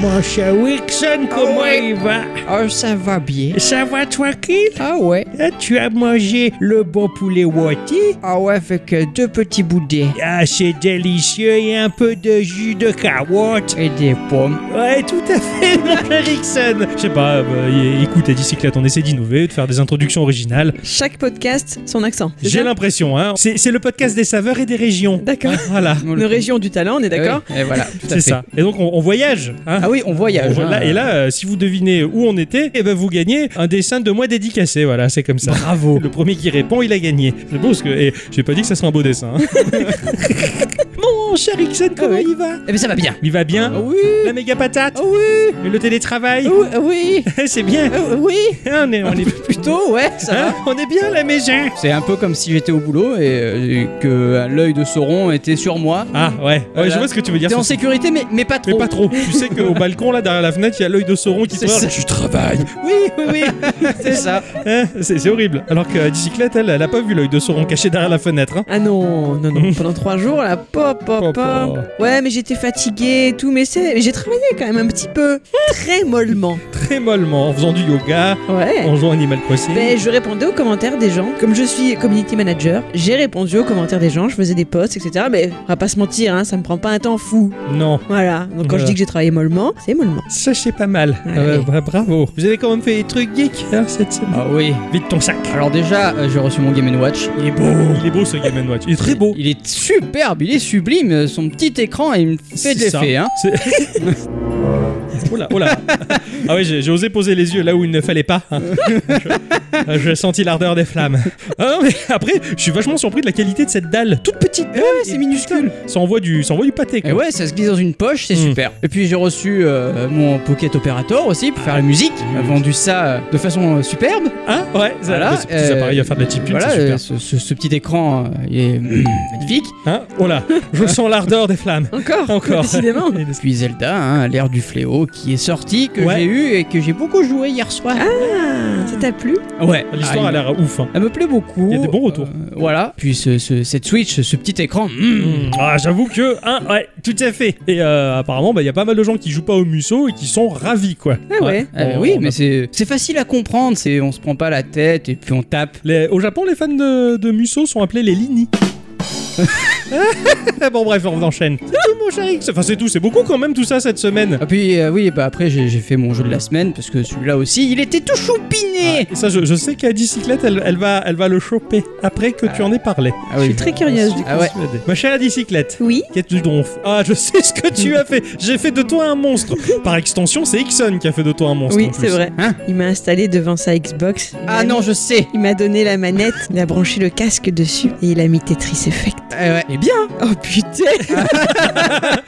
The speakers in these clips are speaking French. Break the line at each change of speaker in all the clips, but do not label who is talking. mon cher Wilson, comment il va?
Ah, ça va bien.
Ça va tranquille?
Ah ouais.
Ah, Tu as mangé le bon poulet rôti?
Ah ouais, avec euh, deux petits boudins
Ah, c'est délicieux et un peu de jus de carotte.
et des pommes.
Ouais, tout à fait, Rickson.
Je sais pas, bah, y- écoute, à Dicyclette, on essaie d'innover, de faire des introductions originales.
Chaque podcast, son accent. c'est
J'ai
ça
l'impression, hein. C'est c'est le podcast des saveurs et des régions. Ah,
D'accord.
Voilà,
Une région du talent, on est d'accord
Ah oui, Et voilà, tout à
Eh
c'est
fait.
ça. Et donc, on, on voyage, hein.
Ah oui, on voyage.
On-
hein.
là- et là, euh, si vous devinez où on était, eh ben vous gagnez un dessin de moi dédicacé. Voilà, c'est comme ça.
Bravo.
Le premier qui répond, il a gagné. C'est beau parce que. Et j'ai pas dit que ça serait un beau dessin. hein. Mon cher Ixon,
Ah
comment
oui.
il va
Eh bien, ça va bien.
Il va bien
oui.
La méga patate
Ah
Oui.
Le télétravail
Ah Oui. Oui. ah
C'est bien Hein,
oui.
on est, on, est,
Plutôt, ouais, ça va.
hein, on est bien à la maison
C'est un peu comme si j'étais au boulot et, euh, et que euh, l'œil de Sauron était sur moi.
Ah ouais, ouais
Voilà.
je vois ce que tu veux dire.
T'es en
sur-
sécurité, mais, mais pas trop.
Mais pas trop. tu sais qu'au balcon, là, derrière la fenêtre, il y a l'œil de Sauron qui te
C'est
parle.
ça. Tu travailles.
Oui, oui, oui.
C'est ça.
Hein, c'est c'est horrible. Alors que euh, Dicyclette, elle, elle a pas vu l'œil de Sauron caché derrière la fenêtre. hein.
Ah non, non, non. Pendant trois jours, là, pop,
Pop,
pop, pop.
pop.
Ouais, mais j'étais fatiguée et tout, mais c'est. mais J'ai travaillé quand même un petit peu. Très mollement.
Très mollement, en faisant du yoga,
Ouais.
en jouant Animal Crossing.
Ben, je répondais aux commentaires des gens. Comme je suis community manager, j'ai répondu aux commentaires des gens, je faisais des posts, etc. Mais on va pas se mentir, hein, ça me prend pas un temps fou.
Non.
Voilà. Donc quand
Voilà.
je dis que j'ai travaillé mollement, c'est mollement.
Ça, c'est pas mal.
Ouais.
Euh, bra- bravo. Vous avez quand même fait des trucs geeks hein, cette semaine.
Ah oui.
Vite ton sac.
Alors déjà, euh, j'ai reçu mon Game Watch.
Il est beau. Il est beau ce Game Watch. Il est très beau.
Il est superbe, il est sublime. euh, Son petit écran, il me fait de
C'est ça.
l'effet. Hein.
C'est- oh là, oh là. Ah oui, j'ai j'ai osé poser les yeux là où il ne fallait pas. hein. Je- J'ai senti l'ardeur des flammes. Ah non, mais après, je suis vachement surpris de la qualité de cette dalle. Toute petite dalle.
c'est minuscule.
Ça envoie du, ça envoie du pâté. quoi.
Et Eh ouais, ça se glisse dans une poche, c'est
Mm.
super. Et puis j'ai reçu euh, mon Pocket Operator aussi pour faire la musique. Il m'a vendu ça euh, de façon euh, superbe.
Hein ouais, Hmm. ça,
Voilà,
ces petits
euh,
appareils à faire de la chip tune,
voilà,
c'est super.
euh, ce, ce- ce petit écran, euh, il est mm, magnifique.
Hein oh là, je sens l'ardeur des flammes.
Encore
Encore.
Décidément.
Et Puis Zelda, hein, l'ère du fléau, qui est sorti, que
Ouais.
j'ai eu et que j'ai beaucoup joué hier soir.
Ah, ça t'a plu
ouais,
L'histoire
Ah,
a l'air ouf. hein.
Elle me plaît beaucoup.
Il y a des bons retours.
Euh, voilà. Puis ce- ce- cette Switch, ce petit écran. mm,
Mm. Ah, j'avoue que, hein, ouais, tout à fait. Et euh, apparemment, bah, il y a pas mal de gens qui jouent pas au Musso et qui sont ravis, quoi.
Ah ouais.
euh,
On-
oui,
on
mais
a-
c'est c'est facile à comprendre. C'est on se prend pas la tête et puis on tape.
Les- au Japon, les fans de, de Musso sont appelés les Lini. bon, bref, on enchaîne. C'est tout, mon chéri. C'est- Enfin, c'est tout, c'est beaucoup quand même tout ça cette semaine.
Ah puis euh, oui, bah après j'ai j'ai fait mon jeu de la semaine parce que celui-là aussi, il était tout choupiné.
Et ça, je, je sais qu'à Dicyclette, elle, elle va, elle va le choper après que tu en aies parlé.
Ah oui.
Je suis très curieuse du coup.
Ah ouais.
Ma chère Dicyclette,
Oui.
Quête du donf. Ah, je sais ce que tu as fait. J'ai fait de toi un monstre. Par extension, c'est Ixon qui a fait de toi un monstre.
Oui,
en plus.
c'est vrai.
Hein
il m'a installé devant sa Xbox. Il
Ah
m'a
non,
mis-
je sais.
Il m'a donné la manette, il a branché le casque dessus et il a mis Tetris Effect.
Eh ouais. Eh bien.
Oh putain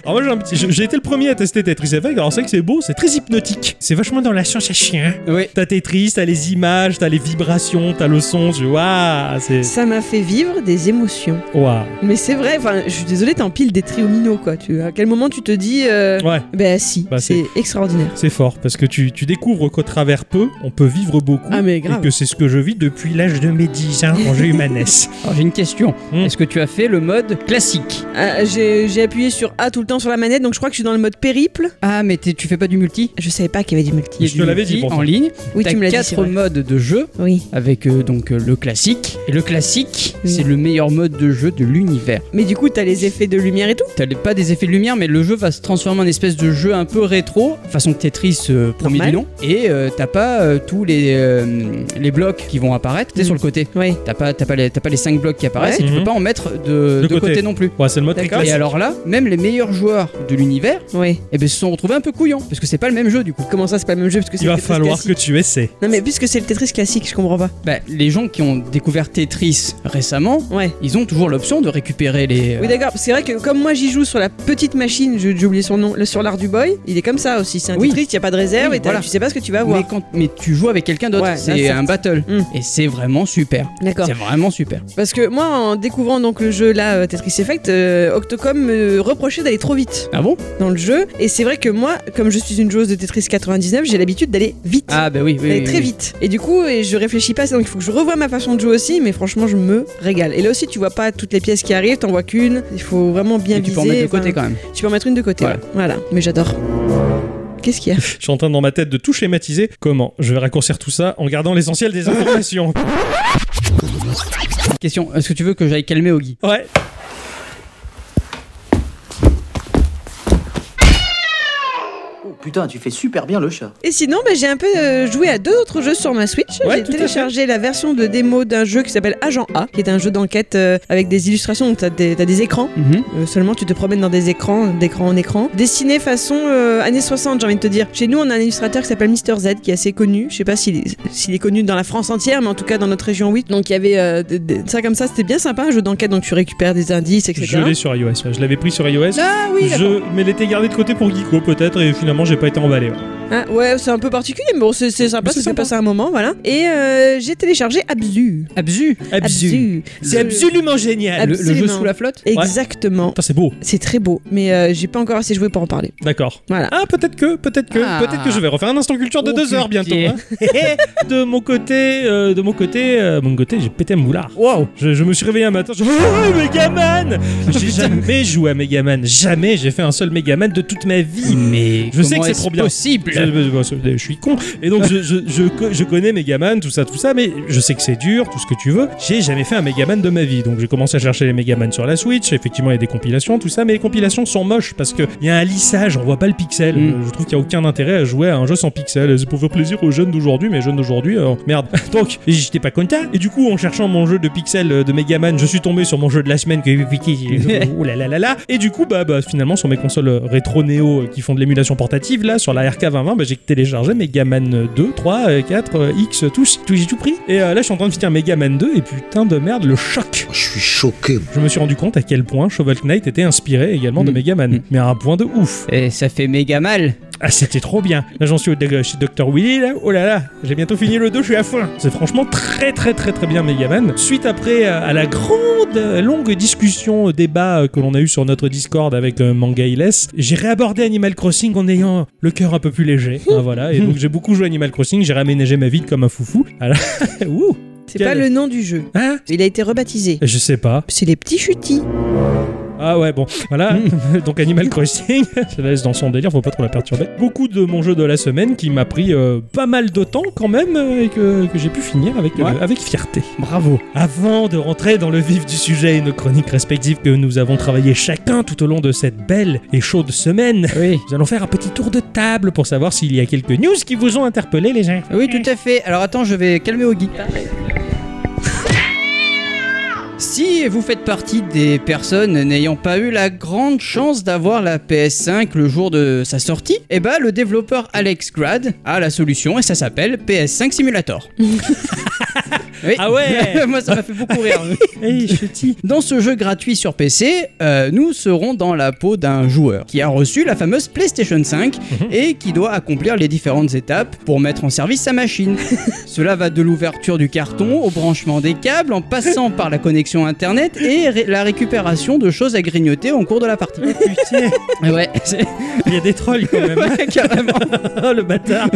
Alors moi, j'ai un petit- j'ai j'ai été le premier à tester Tetris Effect. Alors, c'est vrai que c'est beau, c'est très hypnotique. C'est vachement dans la sensation. hein.
Oui.
T'as Tetris, t'as les images, t'as les vibrations, t'as le son. Tu vois, ah, c'est.
Ça m'a fait vivre des émotions.
Waouh.
Mais c'est vrai, enfin, je suis désolée, t'empiles des triomino quoi. Tu vois. À quel moment tu te dis, euh,
Ouais,
bah si,
Bah,
c'est extraordinaire.
c'est fort parce que tu, tu découvres qu'au travers peu, on peut vivre beaucoup.
Ah mais
et
grave.
que c'est ce que je vis depuis l'âge de mes 10 ans quand j'ai eu ma NES.
Alors j'ai une question.
Mm.
Est-ce que tu as fait le mode classique
Ah, J'ai j'ai appuyé sur A tout le temps sur la manette, donc je crois que je suis dans le mode périple.
Ah mais t'es- tu fais pas du multi
Je savais pas qu'il y avait du multi.
Il y a
Je
du
te l'avais dit,
multi
pour
en
ça.
ligne.
Oui,
T'as
tu me l'as dit. c'est
quatre
vrai.
modes de jeu
Oui,
avec euh, donc euh, le classique. Et le classique,
Oui.
c'est le meilleur mode de jeu de l'univers.
mais du coup t'as les effets de lumière et tout.
T'as les- pas des effets de lumière, mais le jeu va se transformer en espèce de jeu un peu rétro, façon Tetris euh, premier
Normal.
du nom. Et euh, t'as pas euh, tous les, euh, les blocs qui vont apparaître. T'es
Mm. Mm-hmm.
sur le côté.
Ouais.
T'as pas, t'as pas, les, t'as pas les 5 blocs qui apparaissent
Ouais.
et tu
Mhm.
peux pas en mettre de,
De
de
côté.
côté. non plus.
Ouais, c'est le mode très
Et
classique.
alors là, même les meilleurs joueurs de l'univers
Ouais.
eh ben, se sont retrouvés un peu couillons, parce que c'est pas le même jeu du coup.
Comment ça, c'est pas le même jeu parce que c'est
Il va
le Tetris
falloir
classique.
que tu essaies.
Non mais puisque c'est le Tetris classique, je comprends pas.
Bah, les gens qui ont découvert Tetris récemment,
Ouais.
ils ont toujours l'option de récupérer les...
Oui d'accord, c'est vrai que comme moi j'y joue sur la petite machine, je- j'ai oublié son nom, le- sur l'art du boy, il est comme ça aussi, c'est un
Oui.
Tetris, il y a pas de réserve
Oui,
et t'as-
voilà.
tu sais pas ce que tu vas avoir.
mais, quand, mais tu joues avec quelqu'un d'autre,
Ouais, là,
c'est
certes.
un battle.
Mm.
Et c'est vraiment super.
D'accord.
C'est vraiment super.
Parce que moi en découvrant donc le jeu là euh, Tetris Effect, euh, Octocom me reprochait d'aller trop vite
Ah bon
dans le jeu et c'est vrai que moi comme je suis une joueuse de Tetris 99, j'ai l'habitude d'aller vite.
Ah bah oui, oui.
d'aller
oui,
très
oui.
vite. Et du coup, et je réfléchis pas, donc il faut que je revoie ma façon de jouer aussi, mais franchement, je me régale. Et là aussi, tu vois pas toutes les pièces qui arrivent, t'en vois qu'une, il faut vraiment bien
Mais tu
viser.
peux en mettre de côté
enfin,
quand même.
Tu peux en mettre une de côté.
Voilà.
ouais. Voilà. Mais j'adore. Qu'est-ce qu'il y a
Je suis en train dans ma tête de tout schématiser. Comment Je vais raccourcir tout ça en gardant l'essentiel des informations.
Question, est-ce que tu veux que j'aille calmer Oggy
Ouais.
Oh putain, tu fais super bien le chat.
Et sinon, bah, j'ai un peu euh, joué à deux autres jeux sur ma Switch.
Ouais,
j'ai
tout à
téléchargé la version de démo d'un jeu qui s'appelle Agent A, qui est un jeu d'enquête euh, avec des illustrations. Donc, T'as des, t'as des écrans.
Mhm.
Euh, seulement, tu te promènes dans des écrans, d'écran en écran. Dessiné façon euh, années 60, j'ai envie de te dire. Chez nous, on a un illustrateur qui s'appelle Mister Z, qui est assez connu. Je sais pas s'il est, s'il est connu dans la France entière, mais en tout cas dans notre région, oui. Donc, il y avait euh, des- des- ça comme ça. C'était bien sympa, un jeu d'enquête. Donc, tu récupères des indices, etc.
Je l'ai sur iOS. ouais. Je l'avais pris sur iOS.
Ah oui, d'accord.
je mais l'était gardé de côté pour Geeko peut-être et finalement j'ai pas été emballé. ouais.
Ah, ouais, c'est un peu particulier, mais bon, c'est c'est sympa,
Mais c'est
ça s'est
sympa.
passé un moment, voilà. Et euh, j'ai téléchargé Abzu.
Abzu
Abzu.
C'est absolument génial.
Le- le, jeu
Absolument.
sous la flotte
Exactement.
Putain, c'est beau.
C'est très beau, mais euh, j'ai pas encore assez joué pour en parler.
D'accord.
Voilà.
Ah peut-être que peut-être que
Ah.
peut-être que je vais refaire un instant culture de
Oh,
deux heures bientôt.
putain.
hein. de mon côté euh, de mon côté euh, mon côté j'ai pété un moulard.
Wow
Je, je me suis réveillé un matin, je oh, Megaman J'ai jamais joué à Megaman, jamais j'ai fait un seul Megaman de toute ma vie.
Mais
Je sais
comment
que c'est
est-ce
trop bien.
possible
Je, je- je- je suis con. Et donc, je, je, je, co- je connais Megaman, tout ça, tout ça, mais je sais que c'est dur, tout ce que tu veux. J'ai jamais fait un Megaman de ma vie. Donc, j'ai commencé à chercher les Megaman sur la Switch. Effectivement, il y a des compilations, tout ça, mais les compilations sont moches parce qu'il y a un lissage, on voit pas le pixel.
Mm.
Euh, Je trouve qu'il y a aucun intérêt à jouer à un jeu sans pixel. C'est pour faire plaisir aux jeunes d'aujourd'hui, mais les jeunes d'aujourd'hui, euh, merde. Donc, j'étais pas content. Et du coup, en cherchant mon jeu de pixel euh, de Megaman, je suis tombé sur mon jeu de la semaine que euh, Ouh là là là là. Et du coup, bah, bah, finalement, sur mes consoles euh, rétro Neo euh, qui font de l'émulation portative, là, sur la RK2020, bah, j'ai téléchargé Megaman 2, 3, euh, 4, euh, X, tous, tout, j'ai tout pris. Et euh, là, je suis en train de finir Megaman 2, et putain de merde, le choc.
Je suis choqué.
Je me suis rendu compte à quel point Shovel Knight était inspiré également de
Mm.
Megaman.
Mm.
Mais à un point de ouf.
Et Eh, ça fait méga mal.
Ah, c'était trop bien. Là, j'en suis au dé- chez Dr. Willy, là. Oh là là, j'ai bientôt fini le 2, je suis à fond. C'est franchement très, très, très, très bien, Megaman. Suite après euh, à la grande, euh, longue discussion, euh, débat euh, que l'on a eu sur notre Discord avec euh, Manga Illes, j'ai réabordé Animal Crossing en ayant le cœur un peu plus léger. Hein, voilà. Et donc, j'ai beaucoup joué à Animal Crossing, j'ai réaménagé ma ville comme un foufou. Ah là, ouh,
C'est
Quel-
pas le nom du jeu.
hein
Il a été rebaptisé.
Je sais pas.
C'est les petits chutis.
Ah ouais, bon, voilà. Donc Animal Crossing, je la laisse dans son délire, faut pas trop la perturber. Beaucoup de mon jeu de la semaine qui m'a pris euh, pas mal de temps quand même euh, et que, que j'ai pu finir avec, euh,
Ouais.
avec fierté.
Bravo.
Avant de rentrer dans le vif du sujet et nos chroniques respectives que nous avons travaillé chacun tout au long de cette belle et chaude semaine,
Oui.
nous allons faire un petit tour de table pour savoir s'il y a quelques news qui vous ont interpellé les gens.
Oui, tout à fait. Alors attends, je vais calmer Oggy. Si vous faites partie des personnes n'ayant pas eu la grande chance d'avoir la PS5 le jour de sa sortie, eh ben le développeur Alex Grad a la solution et ça s'appelle PS5 Simulator. Oui.
Ah ouais
Moi ça m'a fait beaucoup rire.
Hey, chutis.
Dans ce jeu gratuit sur PC, euh, nous serons dans la peau d'un joueur qui a reçu la fameuse PlayStation 5 et qui doit accomplir les différentes étapes pour mettre en service sa machine. Cela va de l'ouverture du carton au branchement des câbles en passant par la connexion internet et ré- la récupération de choses à grignoter au cours de la partie.
Putain,
Ouais, c'est-
il y a des trolls quand même.
ouais, carrément.
Oh le bâtard.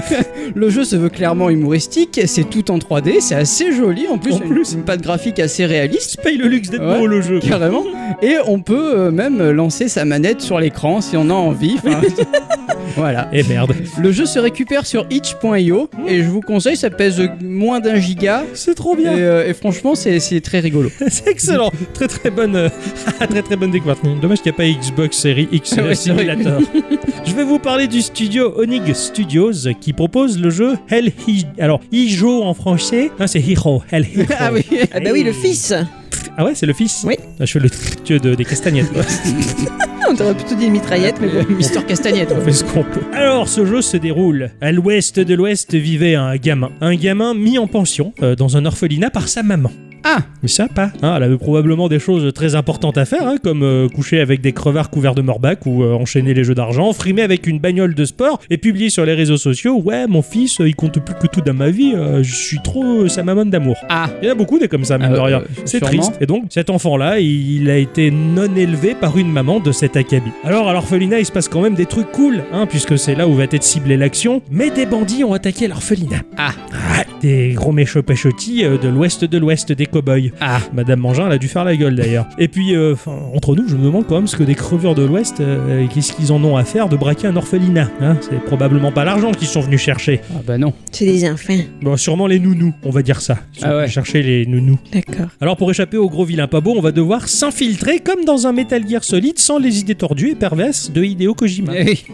Le jeu se veut clairement humoristique, c'est tout en 3D, c'est assez joli en plus,
En
il y a
plus.
une patte graphique assez réaliste.
Tu payes le luxe d'être
Ouais.
beau le jeu.
Carrément. Et on peut euh, même lancer sa manette sur l'écran si on a envie. Enfin, voilà.
Eh merde.
Le jeu se récupère sur itch.io et je vous conseille, ça pèse moins d'un giga.
C'est trop
Et,
bien.
euh, et franchement, c'est c'est très rigolo.
C'est excellent, très très bonne, euh, très très bonne découverte. Dommage qu'il n'y a pas Xbox Series X
Ouais, c'est vrai.
Simulator. Je vais vous parler du studio Onig Studios qui propose le jeu Hell Hi- Alors Hijo en français, non c'est Hero. Hell Hero.
Ah oui.
Ah bah oui, le fils.
Ah ouais, c'est le fils.
Oui.
Ah, Je fais le dieu de, des castagnettes.
On t'aurait plutôt dit une mitraillette, mais bon.
Mister Castagnette.
On fait ce qu'on peut. Alors, ce jeu se déroule. À l'ouest de l'ouest vivait un gamin. Un gamin mis en pension euh, dans un orphelinat par sa maman.
Ah.
Mais ça, pas. Hein, elle avait probablement des choses très importantes à faire, hein, comme euh, coucher avec des crevards couverts de morbac ou euh, enchaîner les jeux d'argent, frimer avec une bagnole de sport et publier sur les réseaux sociaux Ouais, mon fils, euh, il compte plus que tout dans ma vie, euh, je suis trop euh, sa maman d'amour.
Ah.
Il y en a beaucoup des comme ça, mine
Ah,
de
euh,
rien.
euh,
C'est
sûrement.
triste. Et donc, cet enfant-là, il a été non élevé par une maman de cet acabit. Alors, à l'orphelinat, il se passe quand même des trucs cool, hein, puisque c'est là où va être ciblée l'action. Mais des bandits ont attaqué l'orphelinat.
Ah.
Des gros méchots pachotis euh, de l'ouest de l'ouest, des cow-boy.
Ah.
Madame Mangin, elle a dû faire la gueule d'ailleurs. Et puis, euh, enfin, entre nous, je me demande quand même ce que des creveurs de l'Ouest, euh, qu'est-ce qu'ils en ont à faire de braquer un orphelinat. hein. C'est probablement pas l'argent qu'ils sont venus chercher.
Ah bah non.
C'est des enfants.
Bon, sûrement les nounous, on va dire ça. Ils sont
Ah ouais.
venus chercher les nounous.
D'accord.
Alors pour échapper au gros vilain pas beau, on va devoir s'infiltrer comme dans un Metal Gear solide sans les idées tordues et perverses de Hideo Kojima.
Eh oui.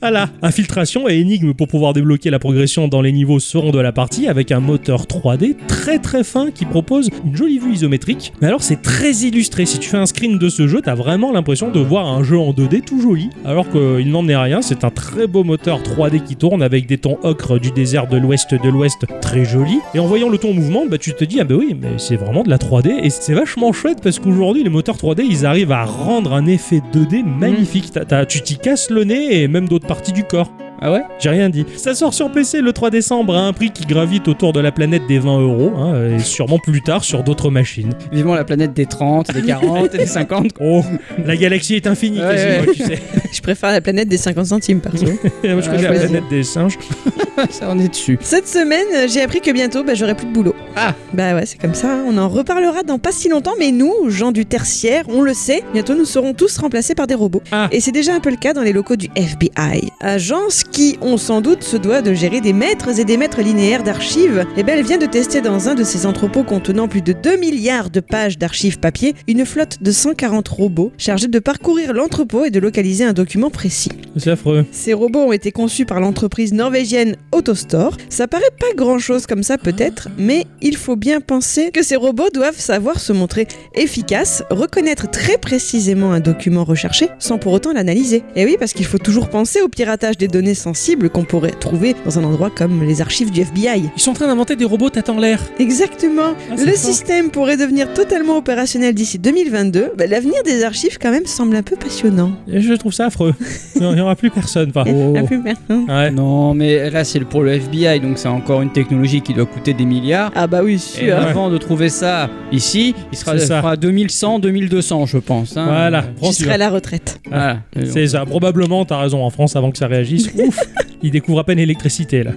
Voilà, infiltration et énigme pour pouvoir débloquer la progression dans les niveaux seront de la partie avec un moteur 3D très très fin qui propose une jolie vue isométrique. Mais alors c'est très illustré, si tu fais un screen de ce jeu, t'as vraiment l'impression de voir un jeu en 2D tout joli, alors qu'il n'en est rien, c'est un très beau moteur 3D qui tourne avec des tons ocre du désert de l'ouest de l'ouest très joli. Et en voyant le ton en mouvement, bah tu te dis ah bah oui, mais c'est vraiment de la 3D et c'est vachement chouette parce qu'aujourd'hui les moteurs 3D ils arrivent à rendre un effet 2D magnifique. T'as- t'as- tu t'y casses le nez et même d'autres parties du corps.
Ah ouais
J'ai rien dit. Ça sort sur PC le 3 décembre à un prix qui gravite autour de la planète des 20 euros, hein, et sûrement plus tard sur d'autres machines.
Vivement la planète des 30, des 40 et des 50.
Oh, la galaxie est infinie,
Ouais,
quasiment,
ouais.
tu sais.
Je préfère la planète des 50 centimes, perso.
Moi, je connais la
choisis.
planète des singes.
Ça on est dessus.
Cette semaine, euh, j'ai appris que bientôt, bah, j'aurai plus de boulot.
Ah.
Bah ouais, c'est comme ça. hein. On en reparlera dans pas si longtemps, mais nous, gens du tertiaire, on le sait, bientôt nous serons tous remplacés par des robots.
Ah.
Et c'est déjà un peu le cas dans les locaux du FBI. Agence qui, on s'en doute, se doit de gérer des mètres et des mètres linéaires d'archives. Et ben, elle vient de tester dans un de ses entrepôts contenant plus de 2 milliards de pages d'archives papier une flotte de 140 robots chargés de parcourir l'entrepôt et de localiser un document précis.
C'est affreux.
Ces robots ont été conçus par l'entreprise norvégienne Autostore. Ça paraît pas grand chose comme ça peut-être, mais il faut bien penser que ces robots doivent savoir se montrer efficaces, reconnaître très précisément un document recherché sans pour autant l'analyser. Et oui, parce qu'il faut toujours penser au piratage des données sensibles qu'on pourrait trouver dans un endroit comme les archives du FBI.
Ils sont en train d'inventer des robots tête en l'air.
Exactement.
Ah, c'est
le
fort.
système pourrait devenir totalement opérationnel d'ici 2022. Bah, L'avenir des archives quand même semble un peu passionnant.
Et Je trouve ça affreux. Non, Il n'y aura plus personne. Enfin,
Oh.
La plus personne.
ouais.
Non mais là c'est pour le FBI donc c'est encore une technologie qui doit coûter des milliards.
Ah bah oui,
Et
euh,
sûr.
avant de trouver ça ici, il sera,
C'est ça.
il fera 2100, 2200 je pense. hein.
Voilà, prends
Je
celui-là.
serai à la retraite.
Voilà.
C'est ça, probablement, t'as raison, en France, avant que ça réagisse, ouf, ils découvrent à peine l'électricité, là.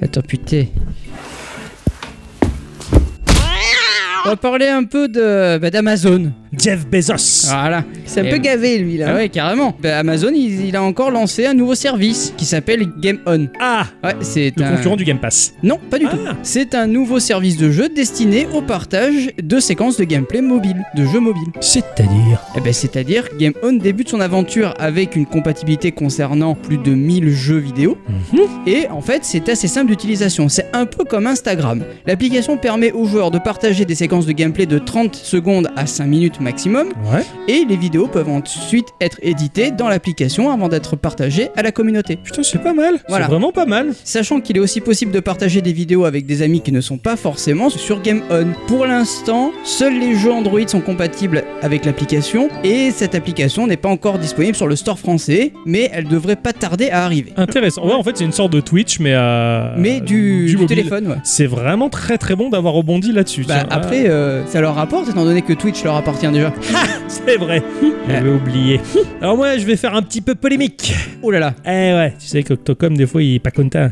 Attends, putain. On va parler un peu de bah, d'Amazon.
Jeff Bezos
Voilà.
C'est un
Et-
peu gavé, lui, là.
Ah ouais, carrément. Bah, Amazon, il, il a encore lancé un nouveau service qui s'appelle Game On.
Ah,
Ouais, c'est
Le
un
concurrent du Game Pass.
Non, pas du tout.
Ah.
C'est un nouveau service de jeu destiné au partage de séquences de gameplay mobile, de jeux mobiles.
C'est-à-dire
Eh ben, c'est-à-dire que Game On débute son aventure avec une compatibilité concernant plus de 1000 jeux vidéo. Et en fait, c'est assez simple d'utilisation. C'est un peu comme Instagram. L'application permet aux joueurs de partager des séquences de gameplay de 30 secondes à 5 minutes maximum.
Ouais.
Et les vidéos peuvent ensuite être éditées dans l'application avant d'être partagées à la communauté.
Putain, c'est pas mal.
Voilà.
C'est vraiment pas mal.
Sachant qu'il est aussi possible de partager des vidéos avec des amis qui ne sont pas forcément sur Game On. Pour l'instant, seuls les jeux Android sont compatibles avec l'application et cette application n'est pas encore disponible sur le store français, mais elle devrait pas tarder à arriver.
Intéressant. Ouais, en fait, c'est une sorte de Twitch, mais euh,
mais du, du
mobile.
téléphone, ouais.
C'est vraiment très très bon d'avoir rebondi là-dessus.
Bah,
tiens. Ah,
après, euh, ça leur rapporte étant donné que Twitch leur appartient déjà.
Ah, c'est vrai. J'avais oublié. Alors moi, je vais faire un petit peu polémique.
Oh là là.
Eh ouais, tu sais qu'Octocom, des fois, il est pas content.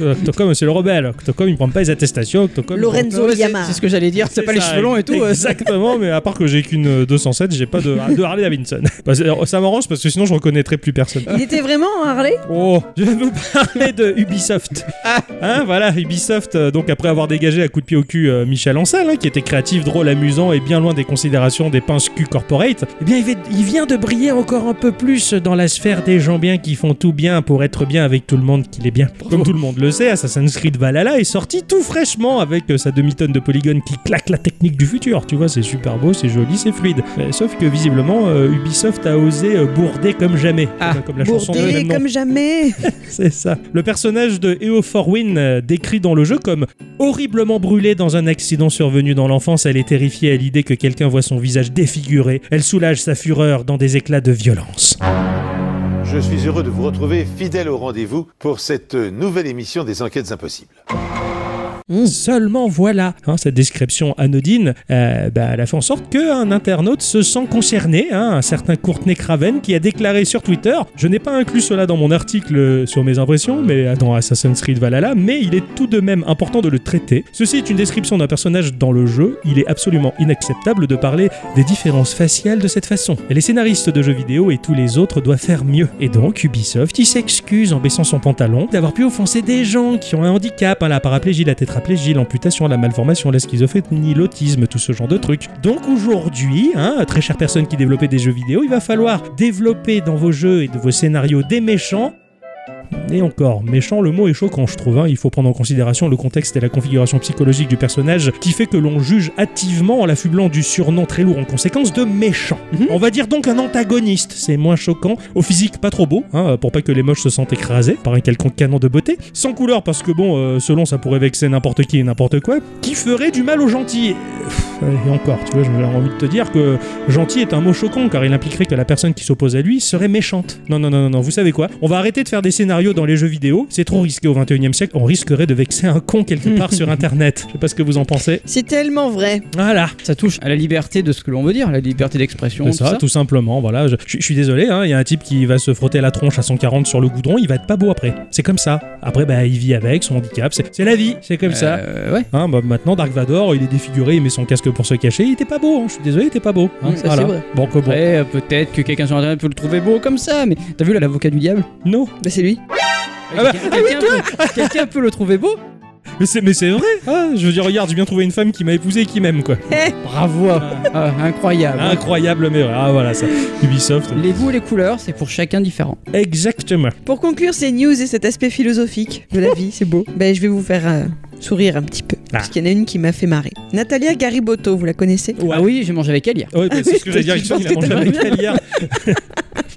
Octocom, c'est le rebelle. Octocom, il prend pas les attestations. Octocom, il prend-
Lorenzo
Ouais, c'est
Yama.
c'est ce que j'allais dire, c'est pas les
ça,
cheveux longs et tout. euh, ça-
Exactement, mais à part que j'ai qu'une euh, 207, j'ai pas de, de Harley Davidson. Bah, c'est- alors, ça m'arrange parce que sinon je reconnaîtrais plus personne.
Il était vraiment en Harley
Oh, je vais vous parler de Ubisoft. Hein, voilà, Ubisoft, euh, donc après avoir dégagé à coup de pied au cul euh, Michel Ancel, hein, qui était créatif, drôle, amusant et bien loin des considérations des pinces cul corporate, eh bien il, va- il vient de briller encore un peu plus dans la sphère des gens bien qui font tout bien pour être bien avec tout le monde qu'il est bien. Comme tout le monde le sait, Assassin's Creed Valhalla est sorti tout fraîchement avec euh, sa demi-tonne de polygones qui claque la technique du futur. Tu vois, c'est super beau, c'est joli, c'est fluide. Euh, sauf que visiblement, euh, Ubisoft a osé euh, bourder comme jamais.
Ah,
Comme- comme la chanson de
Bourdé
même nom.
comme jamais.
C'est ça. Le personnage de Eo Forwin, euh, décrit dans le jeu comme horriblement brûlée dans un accident survenu dans l'enfance, elle est terrifiée à l'idée que quelqu'un voit son visage défiguré. Elle soulage sa fureur dans des éclats de violence.
Je suis heureux de vous retrouver fidèle au rendez-vous pour cette nouvelle émission des Enquêtes Impossibles.
Mm.
Seulement voilà, hein, cette description anodine, euh, bah, elle a fait en sorte qu'un internaute se sent concerné, hein, un certain Courtney Craven qui a déclaré sur Twitter « Je n'ai pas inclus cela dans mon article sur mes impressions mais dans Assassin's Creed Valhalla, mais il est tout de même important de le traiter. Ceci est une description d'un personnage dans le jeu, il est absolument inacceptable de parler des différences faciales de cette façon. Et les scénaristes de jeux vidéo et tous les autres doivent faire mieux. Et donc Ubisoft, il s'excuse en baissant son pantalon d'avoir pu offenser des gens qui ont un handicap, hein, la paraplégie, la tétraplégie, l'amputation, la malformation, la schizophrénie, l'autisme, tout ce genre de trucs. Donc aujourd'hui, hein, très chères personnes qui développaient des jeux vidéo, il va falloir développer dans vos jeux et de vos scénarios des méchants et encore, méchant, le mot est choquant, je trouve. hein. Il faut prendre en considération le contexte et la configuration psychologique du personnage qui fait que l'on juge hâtivement en l'affublant du surnom très lourd en conséquence de méchant. On va dire donc un antagoniste, c'est moins choquant. Au physique, pas trop beau, hein, pour pas que les moches se sentent écrasés par un quelconque canon de beauté. Sans couleur, parce que bon, euh, selon, ça pourrait vexer n'importe qui et n'importe quoi. Qui ferait du mal aux gentils Et encore, tu vois, j'ai envie de te dire que Gentil est un mot choquant car il impliquerait que la personne qui s'oppose à lui serait méchante. Non, non, non, non, non, vous savez quoi On va arrêter de faire des scénarios dans les jeux vidéo, c'est trop risqué au 21 e siècle, on risquerait de vexer un con quelque part sur internet. Je sais pas ce que vous en pensez.
C'est tellement vrai.
Voilà
Ça touche à la liberté de ce que l'on veut dire, la liberté d'expression.
c'est
tout
ça, tout simplement, voilà. Je, je- je suis désolé, hein, il y a un type qui va se frotter la tronche à 140 sur le goudron, il va être pas beau après. C'est comme ça. Après, bah, il vit avec son handicap, c'est c'est la vie, c'est comme ça.
Euh, ouais.
Hein, bah, maintenant, Dark Vador, il est défiguré, il met son casque pour se cacher, il était pas beau, hein, je suis désolé, il était pas beau. hein,
Mm, Ça, c'est
voilà.
vrai.
Bon, que bon.
Après, euh, peut-être que quelqu'un sur internet peut le trouver beau comme ça, mais t'as vu là l'avocat du diable
Non.
Bah, c'est lui.
Ah bah,
Quelqu'un- quelqu'un peut- Quelqu'un peut le trouver beau
Mais c'est, mais c'est vrai Ah, Je veux dire, regarde, j'ai bien trouvé une femme qui m'a épousé et qui m'aime, quoi.
Bravo Ah, Incroyable
Incroyable, mais ah voilà ça. Ubisoft.
Les goûts et les couleurs, c'est pour chacun différent.
Exactement.
Pour conclure ces news et cet aspect philosophique de la vie, c'est beau. Ben, je vais vous faire euh, sourire un petit peu.
Ah.
Parce qu'il y en a une qui m'a fait marrer. Natalia Garibotto, vous la connaissez
Ah oui, j'ai mangé avec elle hier.
Ouais, bah, c'est ce que
oui,
j'allais dire.
je
Ixon,
pense
Il a
que
mangé
t'as
avec elle hier.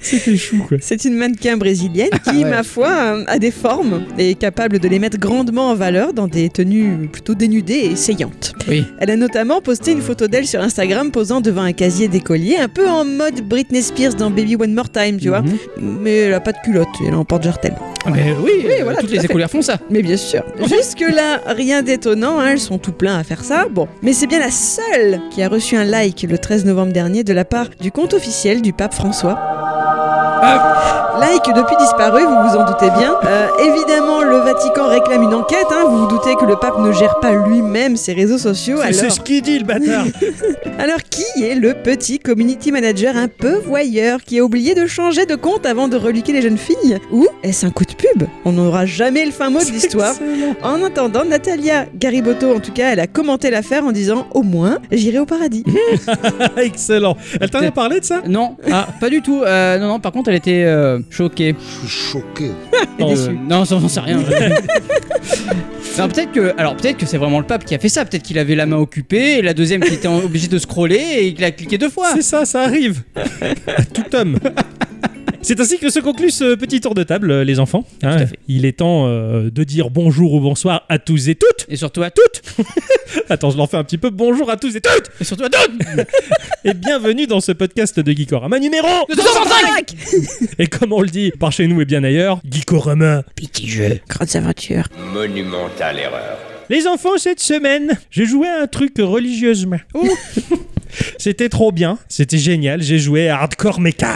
C'était chou, quoi.
C'est une mannequin brésilienne qui,
ouais.
ma foi, euh, a des formes et est capable de les mettre grandement en valeur dans des tenues plutôt dénudées et saillantes.
Oui.
Elle a notamment posté une photo d'elle sur Instagram posant devant un casier d'écolier, un peu en mode Britney Spears dans Baby One More Time, tu vois.
Mhm.
Mais elle a pas de culotte, elle est en porte-jartel.
Ah, mais oui, euh,
voilà,
toutes
tout à
les
fait.
écolières font ça.
Mais bien sûr. Jusque-là, rien d'étonnant, hein, elles sont tout pleins à faire ça. Bon, mais c'est bien la seule qui a reçu un like le 13 novembre dernier de la part du compte officiel du pape François. Like depuis disparu, vous vous en doutez bien. Euh, évidemment, le Vatican réclame une enquête. hein. Vous vous doutez que le pape ne gère pas lui-même ses réseaux sociaux.
C'est- C'est
Alors,
ce qu'il dit, le bâtard.
alors qui est le petit community manager un peu voyeur qui a oublié de changer de compte avant de reluquer les jeunes filles Ou est-ce un coup de pub On n'aura jamais le fin mot de l'histoire. En attendant, Natalia Garibotto, en tout cas, elle a commenté l'affaire en disant Au moins, j'irai au paradis.
Mhm.
Excellent. Elle t'en a parlé de ça
Non,
Ah.
pas du tout. Euh, non, non, par contre, elle était euh, choquée.
Non,
Euh, non, j'en j'en sais rien. Non, peut-être que, alors peut-être que c'est vraiment le pape qui a fait ça. Peut-être qu'il avait la main occupée et la deuxième qui était en- obligée de scroller et qu'il a cliqué deux fois.
Ah, C'est ça, ça arrive. À Tout homme. C'est ainsi que se conclut ce petit tour de table, euh, les enfants. Hein,
à fait.
Il est temps euh, de dire bonjour ou bonsoir à tous et toutes.
Et surtout à toutes.
Attends, je leur fais un petit peu bonjour à tous et toutes.
Et surtout à toutes.
Et bienvenue dans ce podcast de Geekorama numéro
De 235.
Et comme on le dit par chez nous et bien ailleurs, Geekorama.
Grandes aventures.
Monumentale erreur.
Les enfants, cette semaine, j'ai joué à un truc religieusement. C'était trop bien, c'était génial, j'ai joué à Hardcore Mecha.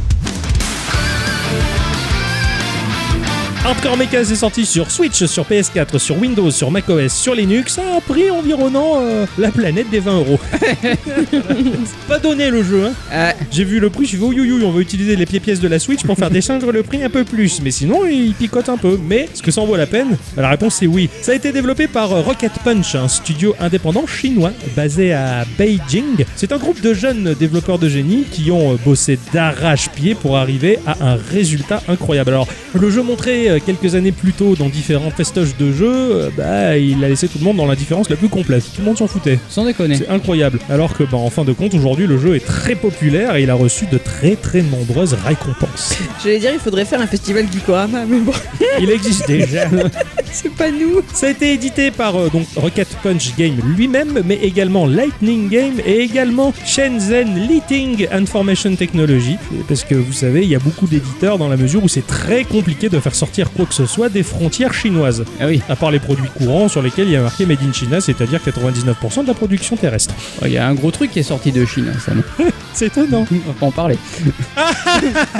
Hardcore Mecha c'est sorti sur Switch, sur PS4, sur Windows, sur macOS, sur Linux, à un prix environnant euh, la planète des 20 euros. C'est pas donné le jeu, hein
Ouais.
J'ai vu le prix, je suis oh you, on va utiliser les pieds-pièces de la Switch pour faire descendre le prix un peu plus, mais sinon il picote un peu. Mais est-ce que ça en vaut la peine La réponse est oui. Ça a été développé par euh, Rocket Punch, un studio indépendant chinois basé à Beijing. C'est un groupe de jeunes développeurs de génie qui ont euh, bossé d'arrache-pied pour arriver à un résultat incroyable. Alors le jeu montré euh, quelques années plus tôt dans différents festoches de jeux, euh, bah, il a laissé tout le monde dans l'indifférence la plus complète. Tout le monde s'en foutait.
Sans déconner.
C'est incroyable. Alors que, bah, en fin de compte, aujourd'hui, le jeu est très populaire et il a reçu de très très nombreuses récompenses.
J'allais dire, il faudrait faire un festival Geekorama, mais bon,
Il existe déjà.
c'est pas nous.
Ça a été édité par euh, donc Rocket Punch Game lui-même, mais également Lightning Game et également Shenzhen Lighting Information Technology. Parce que vous savez, il y a beaucoup d'éditeurs dans la mesure où c'est très compliqué de faire sortir sortir quoi que ce soit des frontières chinoises.
Ah oui.
À part les produits courants sur lesquels il y a marqué Made in China, c'est-à-dire 99% de la production terrestre.
Oh, Il y a un gros truc qui est sorti de Chine, ça. non
C'est étonnant.
On va pas en parler.
Ah,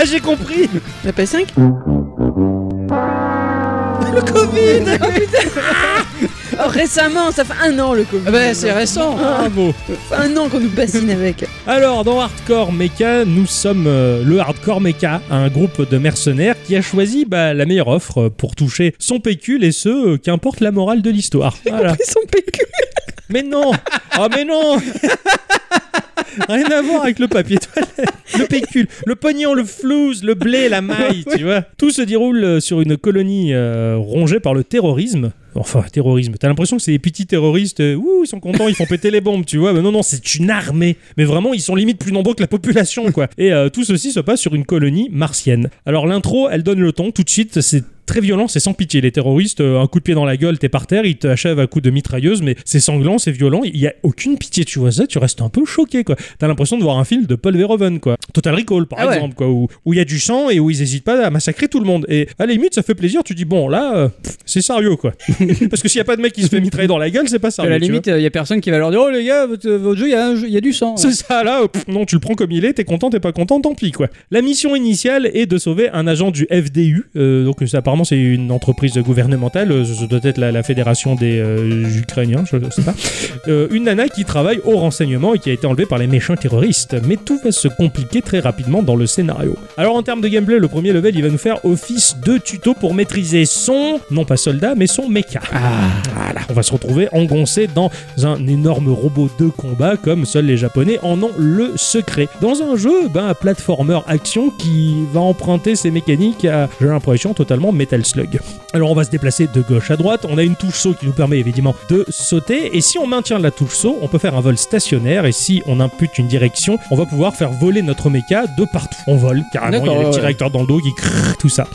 j'ai compris
La PS5
Le Covid
Oh, Récemment, ça fait un an le Covid.
ah bah, C'est récent
Bravo
Ça fait un an qu'on nous bassine avec.
Alors, dans Hardcore Mecha, nous sommes euh, le Hardcore Mecha, un groupe de mercenaires qui a choisi bah, la meilleure offre euh, pour toucher son pécule et ce, euh, qu'importe la morale de l'histoire. Voilà.
Ils sont PQ.
Mais non Ah mais non Rien à voir avec le papier toilette, le pécule, le pognon, le flouze, le blé, la maille, tu vois. Tout se déroule euh, sur une colonie euh, rongée par le terrorisme. Enfin, terrorisme. T'as l'impression que c'est des petits terroristes. euh, ouh, ils sont contents, ils font péter les bombes, tu vois. Mais non, non, c'est une armée. Mais vraiment, ils sont limite plus nombreux que la population, quoi. Et euh, tout ceci se passe sur une colonie martienne. Alors, l'intro, elle donne le ton. Tout de suite, c'est très violent, c'est sans pitié. Les terroristes, euh, un coup de pied dans la gueule, t'es par terre, ils t'achèvent à coups de mitrailleuse, mais c'est sanglant, c'est violent, il y a aucune pitié. Tu vois ça, tu restes un peu choqué, quoi. T'as l'impression de voir un film de Paul Verhoeven, quoi. Total Recall, par
Ah ouais.
exemple, quoi, où où il y a du sang et où ils hésitent pas à massacrer tout le monde. Et à la limite, ça fait plaisir, tu dis, bon, là, euh, pff, c'est sérieux, quoi. Parce que s'il y a pas de mec qui se fait mitrailler dans la gueule, c'est pas
À
sérieux.
la
tu vois.
limite, il y a personne qui va leur dire Oh les gars, votre, votre jeu, il y, a un jeu- il y a du sang.
C'est ça, là, euh, pff, non, tu le prends comme il est, t'es content, t'es pas content, tant pis, quoi. La mission initiale est de sauver un agent du FDU, euh, donc ça, apparemment c'est une entreprise gouvernementale, euh, ça doit être la, la fédération des euh, Ukrainiens, je sais pas. Euh, une nana qui travaille au renseignement et qui a été enlevée par les méchants terroristes. Mais tout va se compliquer très rapidement dans le scénario. Alors en termes de gameplay, le premier level, il va nous faire office de tuto pour maîtriser son, non pas soldat, mais son mecha.
Ah.
Voilà, on va se retrouver engoncé dans un énorme robot de combat comme seuls les japonais en ont le secret. Dans un jeu, ben, un platformer action qui va emprunter ses mécaniques à, j'ai l'impression, totalement Metal Slug. Alors on va se déplacer de gauche à droite, on a une touche saut qui nous permet évidemment de sauter, et si on maintient la touche saut, on peut faire un vol stationnaire, et si on impute une direction, on va pouvoir faire voler notre méca de partout. On vole carrément, il y a
D'accord,
des petits
ouais.
réacteurs dans le dos qui crrr, tout ça.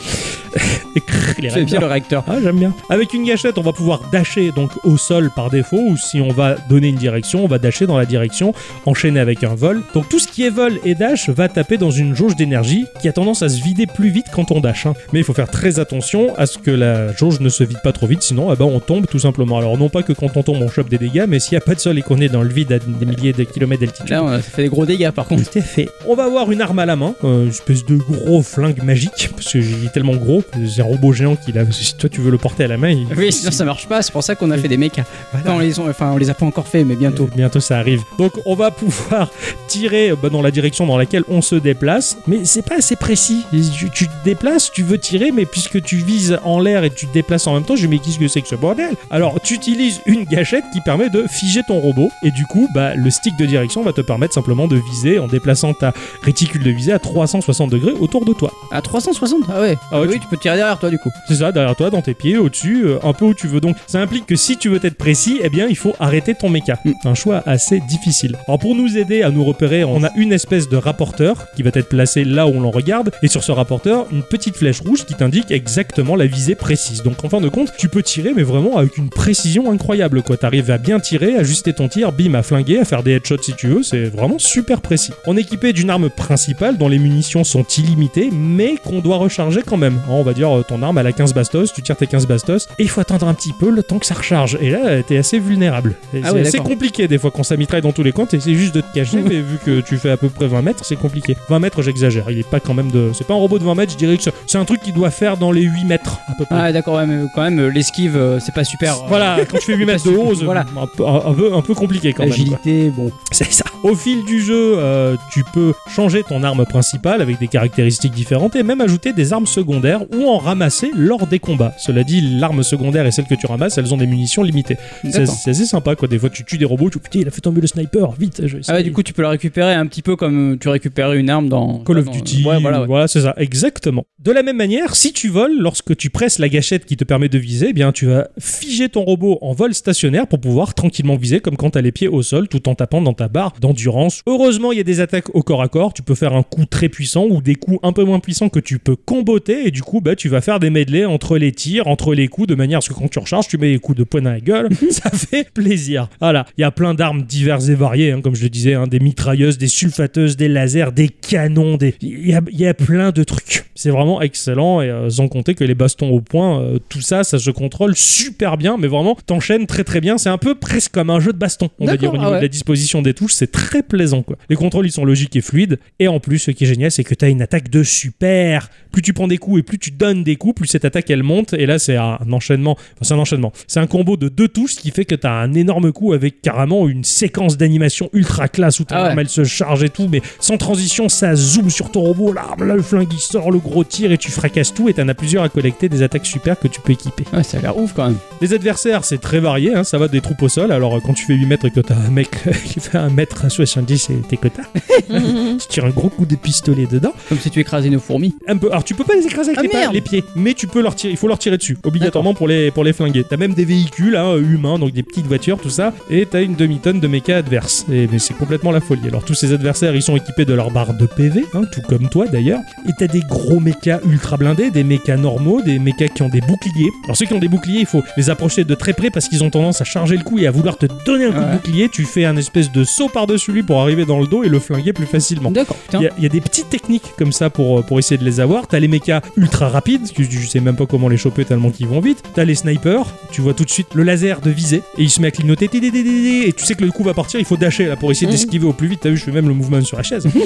et crrr, les
C'est bien
réacteurs.
le réacteur.
Ah, j'aime bien. Avec une gâchette, on va pouvoir dasher donc au sol par défaut, ou si on va donner une direction, on va dasher dans la direction, enchaîner avec un vol. Donc tout ce qui est vol et dash va taper dans une jauge d'énergie qui a tendance à se vider plus vite quand on dash. hein. Mais il faut faire très attention à ce que la jauge ne se vide pas trop vite, sinon eh ben, on tombe tout simplement. Alors non pas que quand on tombe on chope des dégâts, mais s'il n'y a pas de sol et qu'on est dans le vide à des milliers de kilomètres d'altitude,
Là, on a- ça fait des gros dégâts par contre.
tout à fait. On va avoir une arme à la main, euh, une espèce de gros flingue magique, parce que il est tellement gros, que c'est un robot géant qui l'a. Si toi tu veux le porter à la main, il-
Oui, sinon ça marche pas, c'est pour ça qu'on a fait des mechas.
Voilà.
Enfin, on les, ont- enfin, on les a pas encore fait, mais bientôt.
Bientôt ça arrive. Donc on va pouvoir tirer euh, bah, dans la direction dans laquelle on se déplace, mais c'est pas assez précis. Tu, tu te déplaces, tu veux tirer, mais puisque tu vises en l'air et tu te déplaces en même temps, je me dis mais qu'est-ce que c'est que ce bordel Alors tu utilises une gâchette qui permet de figer ton robot, et du coup bah, le stick de direction va te permettre simplement de viser en déplaçant ta réticule de visée à 360 degrés autour de toi.
À 360 Ah ouais.
Ah ouais,
oui,
tu-
tu... peux tirer derrière toi du coup.
C'est ça, derrière toi, dans tes pieds, au-dessus, euh, un peu où tu veux. Donc, ça implique que si tu veux être précis, eh bien, il faut arrêter ton méca.
Mm.
Un choix assez difficile. Alors, pour nous aider à nous repérer, on a une espèce de rapporteur qui va être placé là où on l'en regarde. Et sur ce rapporteur, une petite flèche rouge qui t'indique exactement la visée précise. Donc, en fin de compte, tu peux tirer, mais vraiment avec une précision incroyable, quoi. T'arrives à bien tirer, ajuster ton tir, bim, à flinguer, à faire des headshots si tu veux. C'est vraiment super précis. On est équipé d'une arme principale dont les munitions sont illimitées, mais qu'on doit recharger quand même. Hein, On va dire, euh, ton arme, elle a 15 bastos, tu tires tes 15 bastos, et il faut attendre un petit peu le temps que ça recharge. Et là, euh, t'es assez vulnérable. Et
Ah
c'est
ouais,
assez
d'accord.
compliqué des fois quand ça mitraille dans tous les coins, c'est juste de te cacher, mais vu que tu fais à peu près 20 mètres, c'est compliqué. 20 mètres, j'exagère, il est pas quand même de. C'est pas un robot de 20 mètres, je dirais que c'est- c'est un truc qui doit faire dans les 8 mètres, à peu près.
Ah ouais, d'accord, ouais, mais quand même, euh, l'esquive, euh, c'est pas super. euh,
Voilà, quand tu fais 8 mètres de haut, c'est
Voilà.
un, peu, un peu- un peu compliqué quand même. quoi.
L'agilité, bon.
C'est ça. Au fil du jeu, euh, tu peux changer ton arme principale avec des caractéristiques différentes et même ajouter des armes secondaires ou en ramasser lors des combats. Cela dit, l'arme secondaire et celle que tu ramasses, elles ont des munitions limitées. C'est
D'accord.
c'est assez sympa quoi. Des fois, tu tues des robots, tu putain, il a fait tomber le sniper, vite. je vais
Ah ouais,
essayer.
du coup, tu peux la récupérer un petit peu comme euh, tu récupérais une arme dans
Call of
dans-
Duty,
Ouais,
voilà,
voilà. ouais.
c'est ça, exactement. De la même manière, si tu voles, lorsque tu presses la gâchette qui te permet de viser, eh bien tu vas figer ton robot en vol stationnaire pour pouvoir tranquillement viser comme quand t'as les pieds au sol tout en tapant dans ta barre d'endurance. Heureusement, il y a des attaques au corps à corps, tu peux faire un coup très puissant ou des coups un peu moins puissants que tu peux comboter et du coup, bah, tu vas faire des medleys entre les tirs, entre les coups, de manière à ce que quand tu recharges, tu mets les coups de poing dans la gueule, ça fait plaisir. Voilà, il y a plein d'armes diverses et variées, hein, comme je le disais, hein, des mitrailleuses, des sulfateuses, des lasers, des canons, des... il y a, il y a plein de trucs. C'est vraiment excellent et euh, sans compter compter que les bastons au point, euh, tout ça, ça se contrôle super bien, mais vraiment, t'enchaînes très très bien. C'est un peu presque comme un jeu de baston, on va
D'accord,
dire, au niveau
ah ouais.
de la disposition des touches, c'est très plaisant. Quoi. Les contrôles, ils sont logiques et fluides, et en plus, ce qui est génial, c'est que t'as une attaque de super. Plus tu prends des coups et plus tu donnes des coups, plus cette attaque, elle monte, et là, c'est un enchaînement. Enfin, c'est un enchaînement. C'est un combo de deux touches, ce qui fait que t'as un énorme coup avec carrément une séquence d'animation ultra classe où ta
Ah ouais.
arme, elle se charge et tout, mais sans transition, ça zoome sur ton robot, l'arme, là, le flingue, il sort, le gros tir, et tu fracasses tout, et t'en as plusieurs à collecter des attaques super que tu peux équiper.
Ouais, ça a l'air ouf quand même.
Les adversaires, c'est très varié, hein, ça va des troupes au sol. Alors, euh, quand tu fais 8 mètres et que t'as un mec qui fait 1 mètre 70, c'est tes quotas. tu tires un gros coup de pistolet dedans.
Comme si tu écrasais une fourmi.
Un peu. Alors, tu peux pas les écraser avec
Ah,
les, pa-
merde.
les pieds, mais tu peux leur tirer. Il faut leur tirer dessus, obligatoirement pour les, pour les flinguer. T'as même des véhicules hein, humains, donc des petites voitures, tout ça. Et t'as une demi-tonne de méca adverses. Et, mais c'est complètement la folie. Alors, tous ces adversaires, ils sont équipés de leur barre de PV, hein, tout comme toi d'ailleurs. Et t'as des gros mécas ultra blindés, des mécas normaux, des mécas qui ont des boucliers. Alors ceux qui ont des boucliers, il faut les approcher de très près parce qu'ils ont tendance à charger le coup et à vouloir te donner un coup de
Ouais.
bouclier. Tu fais un espèce de saut par-dessus lui pour arriver dans le dos et le flinguer plus facilement.
D'accord, putain.
Il y, a- il y a des petites techniques comme ça pour, euh, pour essayer de les avoir. T'as les mechas ultra rapides, que je, je sais même pas comment les choper tellement qu'ils vont vite. T'as les snipers, tu vois tout de suite le laser de visée et il se met à clignoter. ti, ti, ti, ti, ti, Et tu sais que le coup va partir, il faut dasher là pour essayer d'esquiver au plus vite. T'as vu, je fais même le mouvement sur la chaise. hein.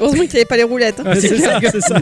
Heureusement qu'il n'y avait pas les roulettes. hein.
Ah, c'est ça, c'est ça.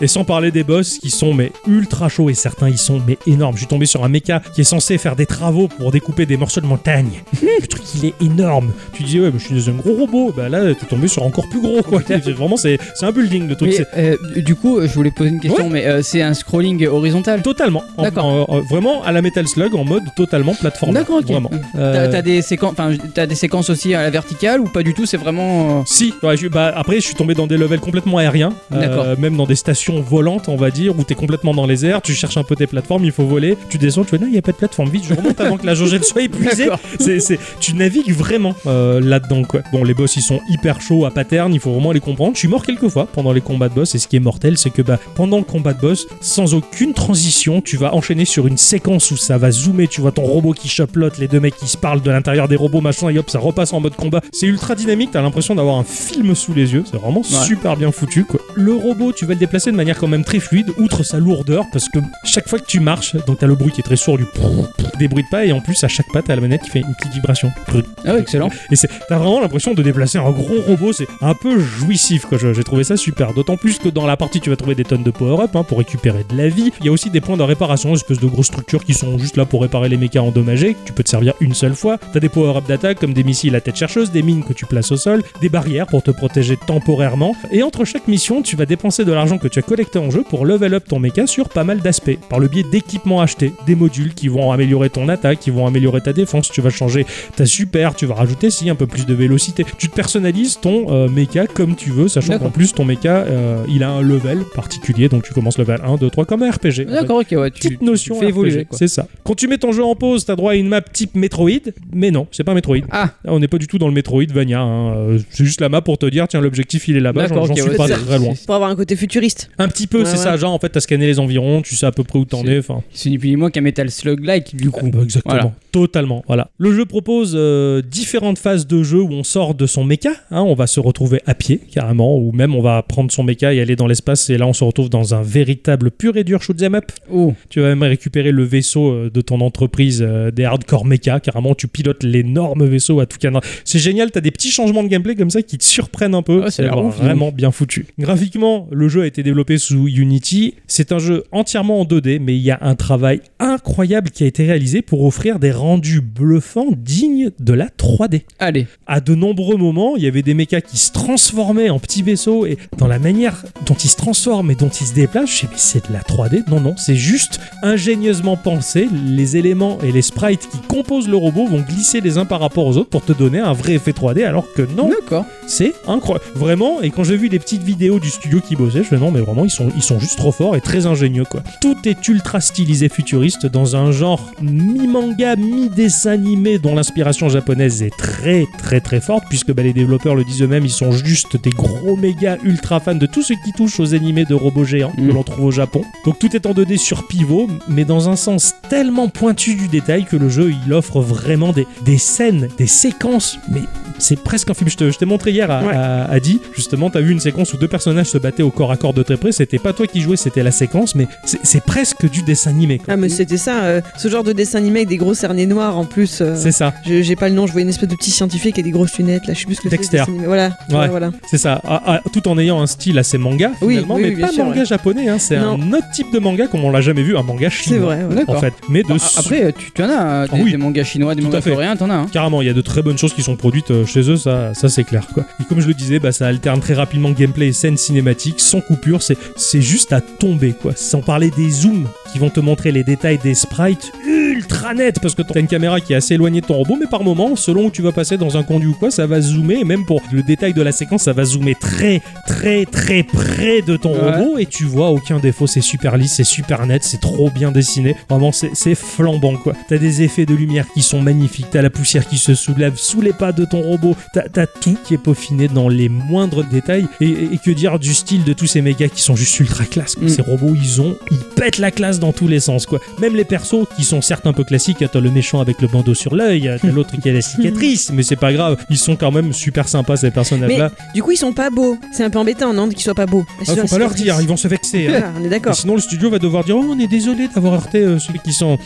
Et sans parler des boss qui sont mais ultra chauds et certains ils sont mais énormes. Je suis tombé sur un mecha qui est censé faire des travaux pour découper des morceaux de montagne. Le truc il est énorme. Tu dis ouais mais je suis dans un gros robot. Bah là t'es tombé sur encore plus gros quoi. C'est- Vraiment c'est c'est un building le truc.
Mais,
C'est
euh, du coup, euh, je voulais poser une question, mais euh, c'est un scrolling horizontal.
Totalement. En-
D'accord.
en- en- vraiment à la Metal Slug en mode totalement plateforme.
D'accord, ok.
Vraiment.
T'as
Euh,
t'as des séquences, enfin, t'as des séquences aussi à la verticale ou pas du tout C'est vraiment. euh,
Si, ouais, je- bah, après je suis tombé dans des levels complètement aériens, euh,
D'accord.
même dans des stations volantes on va dire, où t'es complètement dans les airs, tu cherches un peu tes plateformes, il faut voler, tu descends, tu fais non il n'y a pas de plateforme, vite je remonte avant que la jaugette soit épuisée,
D'accord.
c'est, c'est- tu navigues vraiment euh, là-dedans quoi. Bon les boss ils sont hyper chauds à pattern, il faut vraiment les comprendre, je suis mort quelques fois pendant les combats de boss et ce qui est mortel c'est que bah, pendant le combat de boss, sans aucune transition, tu vas enchaîner sur une séquence où ça va zoomer, tu vois ton robot qui chapelote, les deux mecs qui se parlent de l'intérieur des robots machin et hop ça repasse en mode combat, c'est ultra dynamique, t'as l'impression d'avoir un film sous les yeux, c'est vraiment super bien foutu quoi. Le robot tu vas le déplacer de manière quand même très fluide, outre sa lourdeur parce que chaque fois que tu marches, donc t'as le bruit qui est très sourd du prrr, prrr, des bruits de pas et en plus à chaque pas t'as la manette qui fait une petite vibration. Prrr.
Ah, ouais, excellent.
Et c'est- t'as vraiment l'impression de déplacer un gros robot, c'est un peu jouissif quoi. Je- J'ai trouvé ça super. D'autant plus que dans la partie tu vas trouver des tonnes de power-up hein, pour récupérer de la vie. Il y a aussi des points de réparation, une espèce de grosses structures qui sont juste là pour réparer les mécas endommagés. que Tu peux te servir une seule fois. T'as des power-up d'attaque comme des missiles à tête chercheuse, des mines que tu places au sol, des barrières pour te protéger temporairement. Et entre chaque mission, tu vas dépenser de l'argent que tu as collecté en jeu pour level up ton méca sur pas mal d'aspects. Par le biais d'équipements achetés, des modules qui vont améliorer ton attaque, qui vont améliorer ta défense. Tu vas changer t'as super, tu vas rajouter si un peu plus de vélocité. Tu te personnalises ton euh, méca comme tu veux, sachant
D'accord.
qu'en plus ton méca euh, il a un level particulier, donc tu commences level 1, 2, 3 comme un RPG. en fait.
D'accord, ok, ouais. Tu,
Petite notion
tu fais
RPG,
évoluer. Quoi.
c'est ça. Quand tu mets ton jeu en pause, t'as droit à une map type Metroid, mais non, c'est pas Metroid.
Ah.
Là, on n'est pas du tout dans le Metroidvania. hein. Euh, C'est juste la map pour te dire, tiens, l'objectif il est là-bas. J'en
D'accord,
j'en
ok,
suis
ouais,
pas
c'est-
très loin.
c'est-
Pour avoir un côté futuriste.
Un petit peu,
Ouais,
c'est
ouais.
ça. Genre, en fait, t'as scanné les environs, tu sais à peu près où t'en
C'est-
es. Enfin,
C'est ni plus ni moins qu'un Metal Slug-like, du coup.
Bah, exactement.
Voilà.
Totalement. Voilà. Le jeu propose euh, différentes phases de jeu où on sort de son méca. hein, on va se retrouver à pied, carrément, ou même on va prendre son méca et aller dans l'espace. Et là, on se retrouve dans un véritable pur et dur shoot'em up.
Oh,
Tu vas même récupérer le vaisseau euh, de ton entreprise euh, des hardcore méca. Carrément, tu pilotes l'énorme vaisseau à tout canard. C'est génial. T'as des petits changements de gameplay comme ça qui te surprennent un peu.
Ah, ça a l'air
vraiment
ouf,
vraiment bien foutu. Graphiquement, le jeu a été développé sous Unity. C'est un jeu entièrement en 2D, mais il y a un travail incroyable qui a été réalisé pour offrir des rendus bluffants dignes de la 3D
allez.
à de nombreux moments, il y avait des mechas qui se transformaient en petits vaisseaux et dans la manière dont ils se transforment et dont ils se déplacent, je sais mais c'est de la 3D Non non, c'est juste ingénieusement pensé. Les éléments et les sprites qui composent le robot vont glisser les uns par rapport aux autres pour te donner un vrai effet 3D, alors que non,
D'accord.
c'est incroyable. Vraiment, et quand j'ai vu des petites vidéos du studio qui bossait, je fais non, mais vraiment, ils sont, ils sont juste trop forts et très ingénieux, quoi. Tout est ultra stylisé futuriste dans un genre mi-manga, mi-dessin animé dont l'inspiration japonaise est très, très, très forte, puisque bah, les développeurs le disent eux-mêmes, ils sont juste des gros méga ultra fans de tout ce qui touche aux animés de robots géants
Mm.
que l'on trouve au Japon. Donc tout est en 2D sur pivot, mais dans un sens tellement pointu du détail que le jeu, il offre vraiment des, des scènes, des séquences, mais C'est presque un film. Je te- je t'ai montré hier à,
Ouais.
à- à Di, justement, t'as vu une séquence où deux personnages se battaient au corps à corps de très près. C'était pas toi qui jouais, c'était la séquence, mais c'est c'est presque du dessin animé. quoi.
Ah, mais c'était ça, euh, ce genre de dessin animé avec des gros cernets noirs en plus. euh,
C'est ça,
je- J'ai pas le nom, je voyais une espèce de petit scientifique et des grosses lunettes, là, je suis plus le
Dexter.
dessin animé. Voilà,
Ouais.
ouais, voilà.
c'est ça. Ah, ah, tout en ayant un style assez manga,
Oui,
finalement,
oui,
mais
oui, bien
pas
sûr,
manga japonais. hein. C'est
Non.
un autre type de manga comme on l'a jamais vu, un manga
C'est
chinois.
vrai, ouais.
D'accord.
En fait, mais de
Bon,
su-
a- après, tu, tu en as hein,
Ah
des,
oui.
des mangas chinois, des
Tout à
mangas
fait.
coréens, t'en as. Hein.
Carrément, il y a de très bonnes choses qui sont produites euh, chez eux, ça, ça c'est clair. Quoi. Et comme je le disais, bah, ça alterne très rapidement gameplay et scènes cinématiques, sans coupure, c'est, c'est juste à tomber. quoi. Sans parler des zooms qui vont te montrer les détails des sprites ultra nets, parce que t'as une caméra qui est assez éloignée de ton robot, mais par moment, selon où tu vas passer dans un conduit ou quoi, ça va zoomer, et même pour le détail de la séquence, ça va zoomer très, très, très près de ton
Ouais.
robot, Oh, et tu vois aucun défaut, c'est super lisse, c'est super net, c'est trop bien dessiné, vraiment c'est c'est flambant quoi. T'as des effets de lumière qui sont magnifiques, t'as la poussière qui se soulève sous les pas de ton robot, t'as t'as tout qui est peaufiné dans les moindres détails, et, et- et que dire du style de tous ces mégas qui sont juste ultra classe. quoi.
Mm.
Ces robots, ils ont, ils pètent la classe dans tous les sens quoi. Même les persos qui sont certes un peu classiques, hein, t'as le méchant avec le bandeau sur l'œil, t'as l'autre qui a la cicatrice, mais c'est pas grave, ils sont quand même super sympas ces personnages là.
Du coup, ils sont pas beaux. C'est un peu embêtant, non, qu'ils soient pas beaux. Ah,
Ah,
c'est
faut pas leur
triste.
dire, ils vont se vexer. hein.
Ah, on est d'accord.
Et Sinon, le studio va devoir dire Oh, on est désolé d'avoir heurté euh, ceux qui sont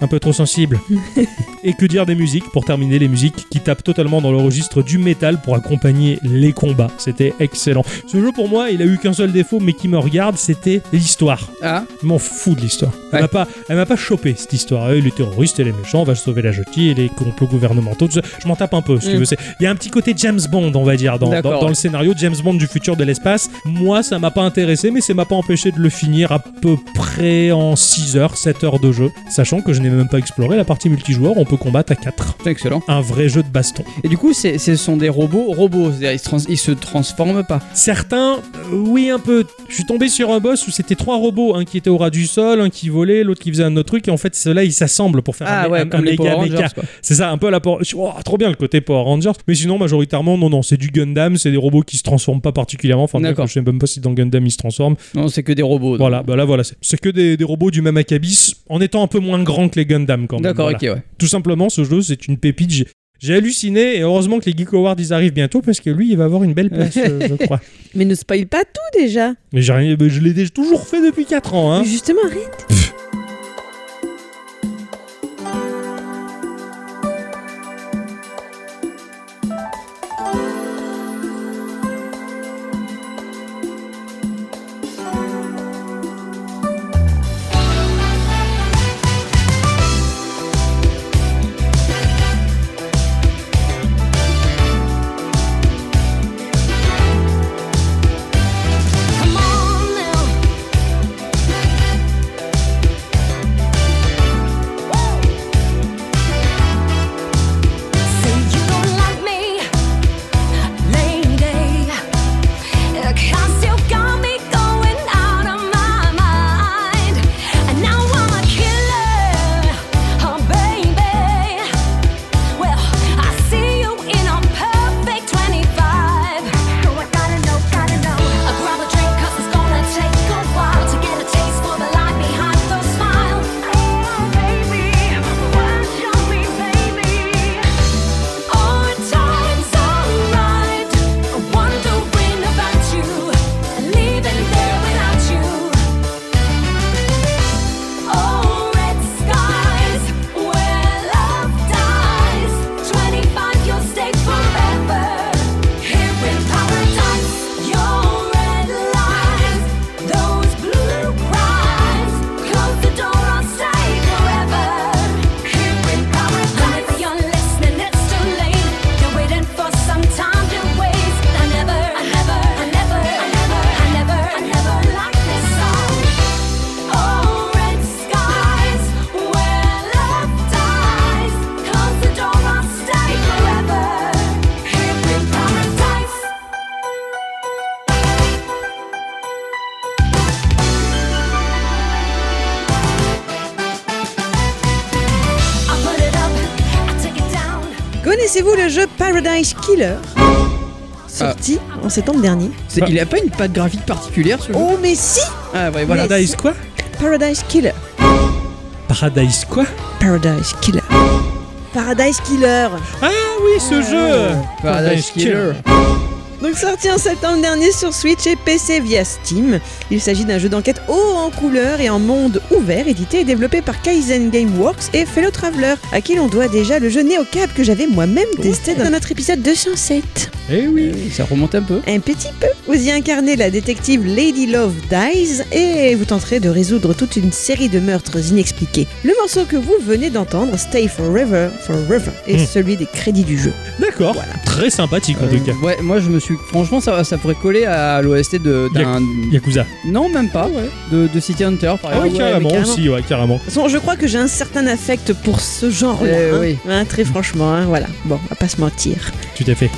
un peu trop sensibles. et que dire des musiques Pour terminer, les musiques qui tapent totalement dans le registre du métal pour accompagner les combats. C'était excellent. Ce jeu, pour moi, il a eu qu'un seul défaut, mais qui me regarde, c'était l'histoire.
Ah,
Je m'en fous de l'histoire. Elle
Ouais.
m'a pas, elle m'a pas chopé cette histoire. Euh, les terroristes et les méchants, on va sauver la jettie et les complots gouvernementaux. tout ça. Je m'en tape un peu, si tu
Mm.
veux. C'est- Il y a un petit côté James Bond, on va dire, dans,
D'accord,
dans- dans
ouais.
le scénario James Bond du futur de l'espace. Moi, ça m'a pas intéressé, mais ça m'a pas empêché de le finir à peu près en 6 heures, 7 heures de jeu. Sachant que je n'ai même pas exploré la partie multijoueur, on peut combattre à 4.
c'est excellent.
Un vrai jeu de baston.
Et du coup, c'est- ce sont des robots robots, c'est-à-dire ils, se trans- ils se transforment pas.
Certains, euh, oui, un peu. Je suis tombé sur un boss où c'était trois robots, un qui était au ras du sol, un qui volait, l'autre qui faisait un autre truc, et en fait, ceux-là, ils s'assemblent pour faire un,
Ah
mé-
ouais,
un- un
comme les
méga
Power Rangers.
méca.
quoi.
C'est ça, un peu à la Power... Oh, trop bien le côté Power Rangers. Mais sinon, majoritairement, non, non, c'est du Gundam, c'est des robots qui se transforment pas particulièrement. Enfin,
D'accord.
je sais même pas si dans Gundam ils se transforment.
Non, c'est que des robots. donc.
Voilà, bah là, voilà, c'est- c'est que des, des robots du même acabit, en étant un peu moins grands que les Gundam quand même.
D'accord,
voilà.
ok, ouais.
Tout simplement, ce jeu, c'est une pépite. J'ai- J'ai halluciné, et heureusement que les Geek Awards, ils arrivent bientôt, parce que lui, il va avoir une belle place, euh, je crois.
Mais ne spoil pas tout déjà.
Mais j'ai rien, mais je l'ai déjà- toujours fait depuis 4 ans, hein.
Mais Justement, arrête.
Come on now. Say you don't love me, lady. 'Cause you got me going out of my mind, and now I'm a killer, oh baby. Well, I see you in a perfect 25. No, I gotta know, gotta know. I grab a drink 'cause it's gonna take a while to get a taste for the lie behind the smile. Oh, baby, watch on me, baby. All times alright. Wondering about you, leaving there without you. Oh, red skies where love dies. 25, you'll stay forever. Here in paradise, your red lies, those blue cries. Close the door, I'll stay forever. Here in paradise, if you're listening, it's too late. You're waiting for some time to waste. I never, I never, I never, I never, I never, I never liked this song. Oh, red skies where love dies. Close the door, I'll stay forever. Here in paradise. I put it up, I took it down.
Connaissez-vous le jeu Paradise Killer
Ah.
Sorti en septembre dernier.
Bah.
C'est- Il a pas une patte graphique particulière, ce jeu.
Oh, mais si
Ah ouais, voilà.
Mais-
Paradise quoi
Paradise Killer.
Paradise quoi
Paradise Killer. Paradise Killer.
Ah oui, ce jeu
Paradise Killer.
Donc sorti en septembre dernier sur Switch et PC via Steam, il s'agit d'un jeu d'enquête haut en couleur et en monde ouvert, édité et développé par Kaizen Gameworks et Fellow Traveler, à qui l'on doit déjà le jeu NeoCab que j'avais moi-même testé dans notre épisode 207.
Eh oui.
Euh, Ça remonte un peu.
Un petit peu. Vous y incarnez la détective Lady Love Dies et vous tenterez de résoudre toute une série de meurtres inexpliqués. Le morceau que vous venez d'entendre, Stay Forever, Forever, est
Mm.
celui des crédits du jeu.
D'accord. Très sympathique en tout cas.
Euh, ouais, moi je me suis. Franchement, ça, ça pourrait coller à l'OST de- d'un.
Yakuza.
Non, même pas. De, de City Hunter, par
Ah
exemple.
oui, carrément,
carrément.
aussi, ouais, carrément.
De toute façon, je crois que j'ai un certain affect pour ce genre-là.
Eh
hein.
oui.
Hein, très franchement, hein, voilà. Bon, on va pas se mentir.
Tu t'es fait.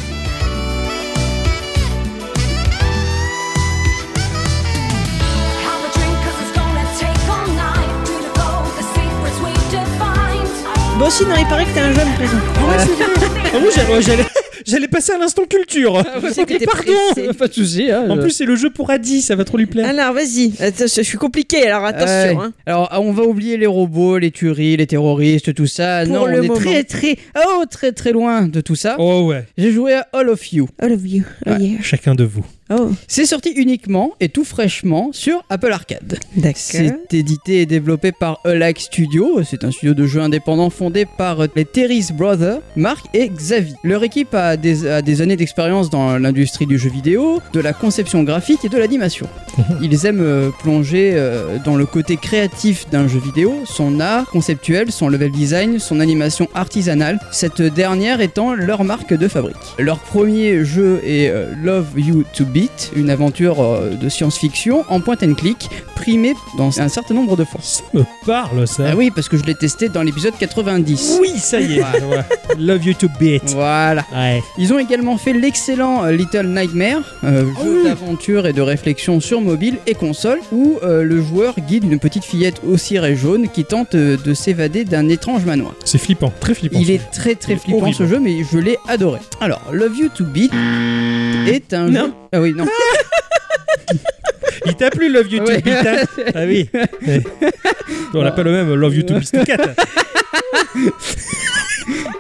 Have a drink 'cause it's gonna take all night. Free to go, the secrets we defined.
Bon, sinon, il paraît que t'es un jeune présent.
Ah oui, j'allais- ouais, j'allais, j'allais passer à l'instant culture.
je sais que t'es pressé.
Pardon.
Pas de soucis. hein,
En
je-
plus, c'est le jeu pour Adi, ça va trop lui plaire.
Alors, vas-y. Attends, Je je suis compliqué, alors attention.
Ah Ouais.
hein.
Alors, ah, on va oublier les robots, les tueries, les terroristes, tout ça.
Pour
Ah non,
le
on est
moment.
très, très, oh, très, très loin de tout ça.
Oh ouais.
J'ai joué à All of You.
All of you. Oh,
Ouais.
yeah.
Chacun de vous.
Oh,
C'est sorti uniquement et tout fraîchement sur Apple Arcade.
d'accord.
C'est édité et développé par Elac Studio. C'est un studio de jeux indépendant fondé par les Terry's Brothers, Marc et Xavi. Leur équipe a des, a des années d'expérience dans l'industrie du jeu vidéo, de la conception graphique et de l'animation. Ils aiment euh, plonger euh, dans le côté créatif d'un jeu vidéo, son art conceptuel, son level design, son animation artisanale, cette dernière étant leur marque de fabrique. Leur premier jeu est euh, Love You to Beat, une aventure euh, de science-fiction en point and click, primée dans un certain nombre de fois.
Ça me parle, ça.
Ah oui, parce que je l'ai testé dans l'épisode 90.
Oui, ça y est. Ouais. Love you to bit.
Voilà.
Ouais.
Ils ont également fait l'excellent euh, Little Nightmare, euh,
Ah
jeu d'aventure et de réflexion sur mobile et console, où euh, le joueur guide une petite fillette au ciré jaune qui tente euh, de s'évader d'un étrange manoir.
C'est flippant, très flippant.
Il est très
Il
très
est
flippant
horrible.
ce jeu, mais je l'ai adoré. Alors, Love You to Beat est un
Non.
jeu. Ah oui, non.
Il t'a plu Love You
Ouais.
to Beat hein Ah oui. Ouais. On n'a pas le même Love You to Beat 4.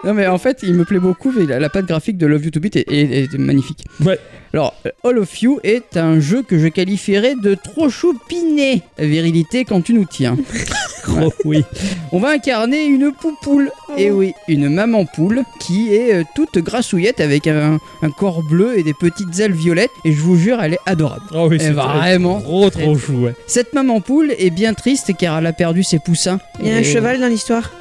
Non, mais en fait, il me plaît beaucoup, mais la, la patte graphique de Love You to Beat est, est- est magnifique.
Ouais.
Alors, euh, All of You est un jeu que je qualifierais de trop choupiné. La virilité quand tu nous tiens.
Oh, oui.
On va incarner une poupoule.
Oh.
Et oui, une maman poule qui est euh, toute grassouillette avec un, un corps bleu et des petites ailes violettes. Et je vous jure, elle est adorable.
Oh oui,
Eh,
c'est
vraiment.
Trop trop chou, ouais.
Cette maman poule est bien triste car elle a perdu ses poussins.
Il y a un
Et-
cheval dans l'histoire.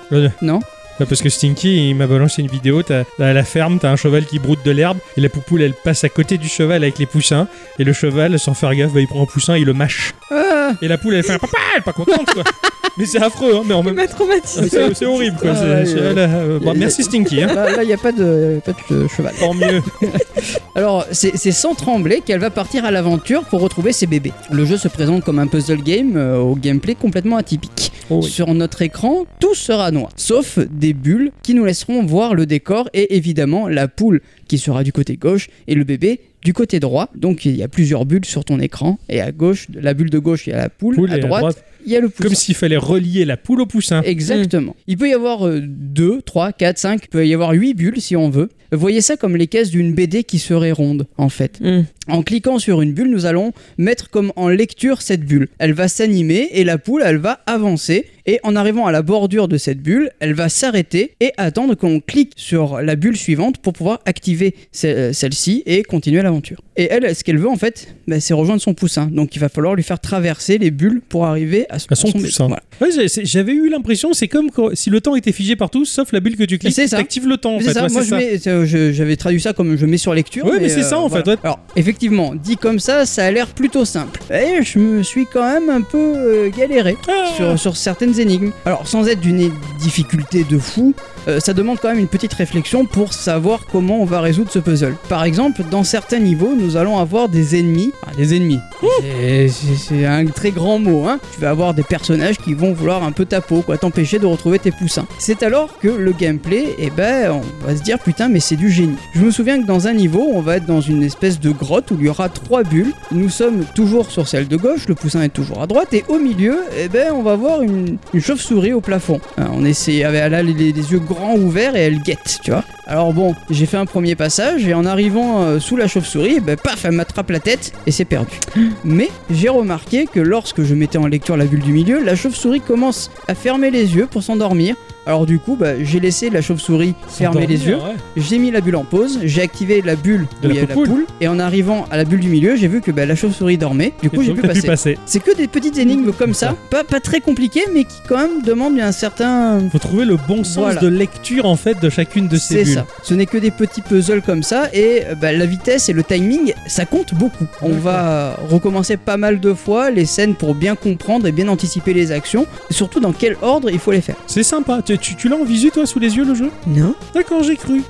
Non
Ouais, Parce que Stinky, il m'a balancé une vidéo. T'as, à la ferme, t'as un cheval qui broute de l'herbe. Et la poupoule, elle passe à côté du cheval avec les poussins. Et le cheval, sans faire gaffe, bah, il prend un poussin, il le mâche.
Ah
Et la poule, elle fait un papa, elle est pas contente, quoi. Mais c'est affreux, hein. Mais en même
m'a traumatisé.
c'est, c'est horrible, quoi. C'est-
Ouais,
c'est-
Ah, ouais.
elle a- euh, bon,
Et-
merci Stinky, hein.
Là, il n'y a pas de, pas de cheval.
Tant mieux.
Alors, c'est c'est sans trembler qu'elle va partir à l'aventure pour retrouver ses bébés. Le jeu se présente comme un puzzle game euh, au gameplay complètement atypique.
Oh oui.
Sur notre écran, tout sera noir, sauf des bulles qui nous laisseront voir le décor et évidemment la poule qui sera du côté gauche et le bébé du côté droit. Donc, il y a plusieurs bulles sur ton écran et à gauche, la bulle de gauche, il y a la poule,
Poule
à,
et à
droite,
droite.
il y a le poussin.
Comme s'il fallait relier la poule au poussin.
Exactement. Il peut y avoir euh, 2, 3, 4, 5, il peut y avoir 8 bulles si on veut. Voyez ça comme les cases d'une BD qui serait ronde, en fait.
Mm.
En cliquant sur une bulle, nous allons mettre comme en lecture cette bulle. Elle va s'animer et la poule, elle va avancer. Et en arrivant à la bordure de cette bulle, elle va s'arrêter et attendre qu'on clique sur la bulle suivante pour pouvoir activer ce- euh, celle-ci et continuer l'aventure. Et elle, ce qu'elle veut en fait, bah, c'est rejoindre son poussin. Donc il va falloir lui faire traverser les bulles pour arriver à,
À son
bébé.
poussin.
Voilà.
Ouais, j'ai- c'est- j'avais eu l'impression, c'est comme quand- si le temps était figé partout, sauf la bulle que tu cliques,
C'est ça.
t'actives le temps. En
C'est
fait.
ça,
Ouais,
moi
c'est
je
ça.
mets- euh, je- j'avais traduit ça comme je mets sur lecture. euh,
Ouais, mais c'est ça, en fait, ouais.
Alors, effectivement, dit comme ça, ça a l'air plutôt simple. Et Eh, je me suis quand même un peu euh, galéré
Ah.
sur, sur certaines énigmes. Alors, sans être d'une difficulté de fou, euh, ça demande quand même une petite réflexion pour savoir comment on va résoudre ce puzzle. Par exemple, dans certains niveaux, nous allons avoir des ennemis. Ah, des ennemis. C'est- C'est c'est un très grand mot. Hein. Tu vas avoir des personnages qui vont vouloir un peu ta peau, quoi, t'empêcher de retrouver tes poussins. C'est alors que le gameplay, eh ben, on va se dire putain, mais c'est du génie. Je me souviens que dans un niveau, on va être dans une espèce de grotte droite où il y aura trois bulles. Nous sommes toujours sur celle de gauche, le poussin est toujours à droite et au milieu, eh ben, on va voir une, une chauve-souris au plafond. Hein, on essaie, elle a les, les- les yeux grands ouverts et elle guette, tu vois. Alors bon, j'ai fait un premier passage et en arrivant euh, sous la chauve-souris, eh ben, paf, elle m'attrape la tête et c'est perdu. Mais j'ai remarqué que lorsque je mettais en lecture la bulle du milieu, la chauve-souris commence à fermer les yeux pour s'endormir. Alors du coup, bah, j'ai laissé la chauve-souris fermer les yeux.
Dormir, ouais.
J'ai mis la bulle en pause, j'ai activé la bulle
De
où
la
il y a la
poule.
poule, et en arrivant à la bulle du milieu, j'ai vu que bah, la chauve-souris dormait, du coup
Et
j'ai
donc,
pu
t'as
passer.
pu passer.
C'est que des petites énigmes comme ça, pas, pas très compliquées, mais qui quand même demandent un certain...
Faut trouver le bon sens
Voilà.
de lecture en fait de chacune de ces
C'est
bulles.
ça. Ce n'est que des petits puzzles comme ça, et euh, bah, la vitesse et le timing, ça compte beaucoup. On va euh, recommencer pas mal de fois les scènes pour bien comprendre et bien anticiper les actions, et surtout dans quel ordre il faut les faire.
C'est sympa. Tu, tu- tu l'as en visu toi sous les yeux le jeu
Non
D'accord, j'ai cru.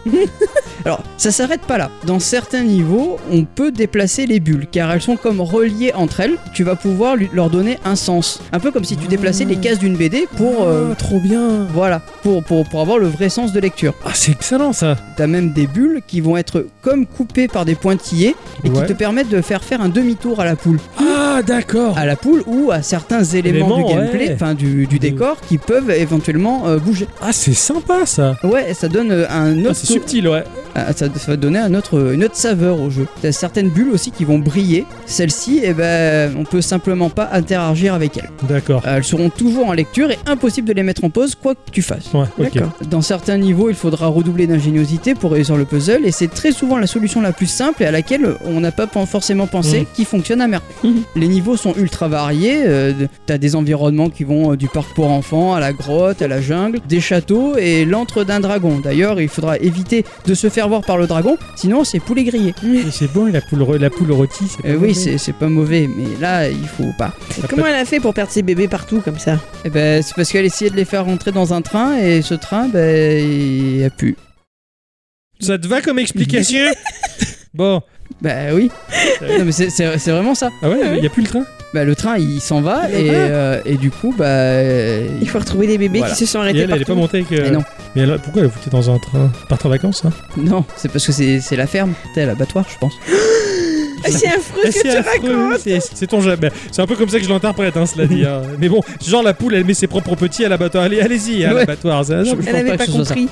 Alors, ça s'arrête pas là. Dans certains niveaux, on peut déplacer les bulles car elles sont comme reliées entre elles. Tu vas pouvoir lui- leur donner un sens. Un peu comme si tu déplaçais les cases d'une BD pour. euh,
Ah, trop bien.
voilà, pour, pour, pour avoir le vrai sens de lecture.
Ah, c'est excellent ça.
T'as même des bulles qui vont être comme coupées par des pointillés et
Ouais.
qui te permettent de faire faire un demi-tour à la poule.
Ah, d'accord.
À la poule ou à certains éléments
Éléments,
du gameplay,
ouais.
enfin du, du
De-
décor, qui peuvent éventuellement euh, bouger.
Ah, c'est sympa ça.
Ouais, ça donne euh, un autre.
Ah, c'est subtil, ouais.
Ah, ça, ça va donner un autre, une autre saveur au jeu. T'as certaines bulles aussi qui vont briller. Celles-ci, eh ben, on peut simplement pas interagir avec elles.
D'accord.
Euh, Elles seront toujours en lecture et impossible de les mettre en pause quoi que tu fasses.
Ouais, ok.
D'accord. Dans certains niveaux, il faudra redoubler d'ingéniosité pour réussir le puzzle et c'est très souvent la solution la plus simple et à laquelle on n'a pas pen- forcément pensé
Mhm.
qui fonctionne à merveille.
Mhm.
Les niveaux sont ultra variés, euh, de- t'as des environnements qui vont euh, du parc pour enfants à la grotte, à la jungle, des châteaux et l'antre d'un dragon. D'ailleurs, il faudra éviter de se faire voir par le dragon, sinon c'est poulet grillé.
Et C'est bon, la poule, re- la poule rôtie. c'est pas
Euh,
mauvais.
oui, c'est c'est pas mauvais, mais là, il faut pas.
Ça
Comment elle a fait pour perdre ses bébés partout comme ça
Eh ben, c'est parce qu'elle essayait de les faire rentrer dans un train et ce train, ben, il a pu.
Ça te va comme explication Bon.
Bah oui. non, mais c'est- c'est c'est vraiment ça.
Ah ouais, il y a plus le train
Bah, le train, il s'en va
Le
et,
train.
euh, et du coup, bah. euh,
Il faut retrouver des bébés
Voilà.
qui se sont
Et
arrêtés
elle, elle est pas
partout.
montée avec. euh,
Mais non.
Mais elle- pourquoi elle a foutu dans un train Partir en vacances, hein
Non, c'est parce que c'est c'est la ferme. T'es à l'abattoir, je pense.
Ah, c'est affreux
Ah,
ce que tu
affreux,
racontes
c'est- C'est ton jamais. C'est un peu comme ça que je l'interprète, hein, cela dit. hein. Mais bon, genre la poule, elle met ses propres petits à l'abattoir. Allez, allez-y, à
Ouais.
l'abattoir. ça-
Ah Je- je
Elle
pense
n'avait
pas
pas
que ce soit ça.
compris.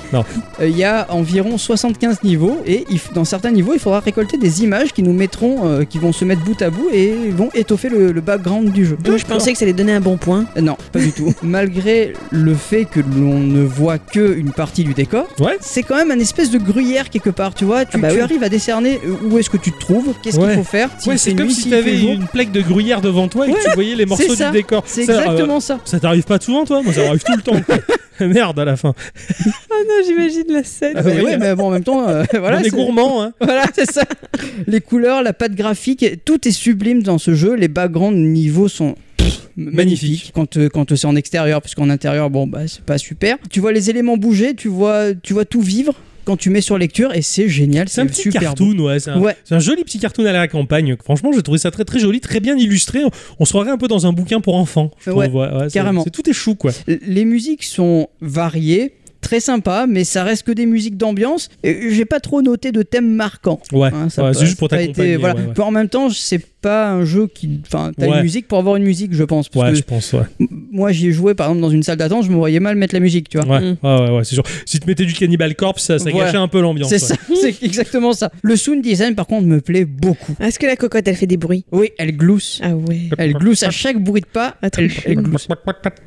Euh, Il y a environ 75 niveaux et il f- dans certains niveaux, il faudra récolter des images qui nous mettront, euh, qui vont se mettre bout à bout et vont étoffer le, le background du jeu.
Moi, je pensais que ça allait donner un bon point.
Euh, Non, pas du tout. Malgré le fait que l'on ne voit que une partie du décor,
Ouais.
c'est quand même un espèce de gruyère quelque part, tu vois. Tu,
Ah bah
tu
oui.
arrives à décerner euh, où est-ce que tu te trouves, qu'est-ce
Ouais.
qu'il faut faire. s'il
Ouais,
fait
c'est comme
nuit,
si
s'il fait
t'avais
jour.
une plaque de gruyère devant toi et que tu voyais les morceaux
ça.
du décor.
C'est
Ça, euh,
exactement ça.
Ça t'arrive pas souvent, toi Moi, ça m'arrive tout le temps. Merde, à la fin.
Ah
Oh non, j'imagine la scène.
Ah
Mais
oui,
ouais, mais bon, en même temps, euh, voilà.
On est
c'est- Oh,
gourmand, hein.
Voilà, c'est ça. Les couleurs, la patte graphique, tout est sublime dans ce jeu. Les backgrounds niveaux sont pff, magnifiques quand, euh, quand c'est en extérieur, parce qu'en intérieur, bon, bah, c'est pas super. Tu vois les éléments bouger, tu vois, tu vois tout vivre quand tu mets sur lecture, et c'est génial,
C'est un
c'est
petit
super beau.
cartoon, ouais. C'est un,
Ouais.
c'est un joli petit cartoon à la campagne. Franchement, j'ai trouvé ça très très joli, très bien illustré. On, on se croirait un peu dans un bouquin pour enfants. je trouve.
Ouais,
c'est-
carrément.
c'est- tout est chou, quoi.
Les musiques sont variées. Très sympas, mais ça reste que des musiques d'ambiance. Et J'ai pas trop noté de thème marquant.
Ouais,
Hein, ça
Ah, ouais,
peut-
c'est juste pour
ça a été-
t'accompagner.
voilà.
ouais, ouais.
En même temps, c'est pas un jeu qui. Enfin, t'as
Ouais.
une musique pour avoir une musique, je pense. Parce
Ouais,
que
je pense, ouais.
m- moi, j'y ai joué par exemple dans une salle d'attente, je me voyais mal mettre la musique, tu vois.
Ouais,
Mm.
ouais, ouais, ouais, c'est sûr. Si tu mettais du Cannibal Corpse, ça, ça
Voilà.
gâchait un peu l'ambiance.
C'est
ouais.
ça, c'est exactement ça. Le sound design, par contre, me plaît beaucoup.
Ah, Est-ce que la cocotte, elle fait des bruits
Oui, elle glousse.
Ah ouais. Ah,
Elle glousse à chaque bruit de pas.
Attends.
Elle, elle glousse.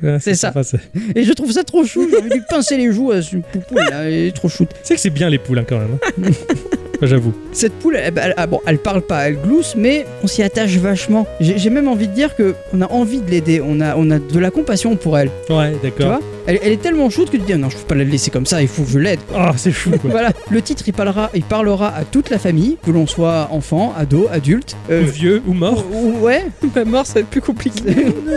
Ouais,
C'est ça.
sympa, C'est
Et je trouve ça trop chou. J'ai envie de lui pincer les joues à ce poupou là. Elle est trop chou.
c'est que c'est bien les poules hein, quand même. hein. Ouais, J'avoue.
Cette poule, elle, elle- ah bon, elle parle pas, elle glousse, mais on s'y attache vachement. J'ai j'ai même envie de dire que on a envie de l'aider. On a, on a de la compassion pour elle.
Ouais,
Tu
d'accord.
vois elle, elle est tellement chou que tu te dis ah non, je peux pas la laisser comme ça. Il faut que je l'aide.
Ah, c'est chou quoi.
Voilà, le titre il parlera, il parlera à toute la famille, que l'on soit enfant, ado, adulte.
Euh,
Euh,
Vieux ou mort.
ou- ouais,
Ma mort, ça va être plus compliqué.
Oh,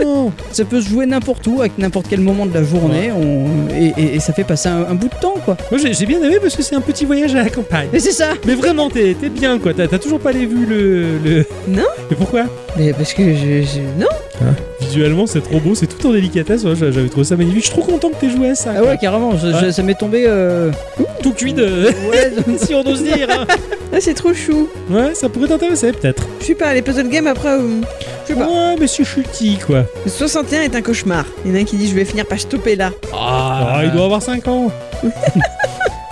non. ça peut se jouer n'importe où, avec n'importe quel moment de la journée, on- et, et- et ça fait passer un, un bout de temps quoi.
Moi j'ai j'ai bien aimé parce que c'est un petit voyage à la campagne.
Mais c'est ça
Mais vraiment, t'es t'es bien quoi. T'as t'as toujours pas les vues le. le-
Non.
Mais pourquoi
Mais parce que je. je- Non
Vieux visuellement, c'est trop beau, c'est tout en délicatesse. ouais, j'a- J'avais trouvé ça magnifique. Je suis trop content que t'aies joué à ça.
Ah ouais, carrément, je- je-
Ouais.
ça m'est tombé. euh,
quoi. Tout cuit de.
Ouais,
si on ose dire. hein.
Ah, c'est trop chou.
Ouais, ça pourrait t'intéresser peut-être.
Je sais pas, les puzzle games après. euh, Je sais pas.
Ouais, mais c'est chutis quoi.
Le 61 est un cauchemar. Il y en a un qui dit je vais finir par stopper là.
Ah, il doit avoir 5 ans.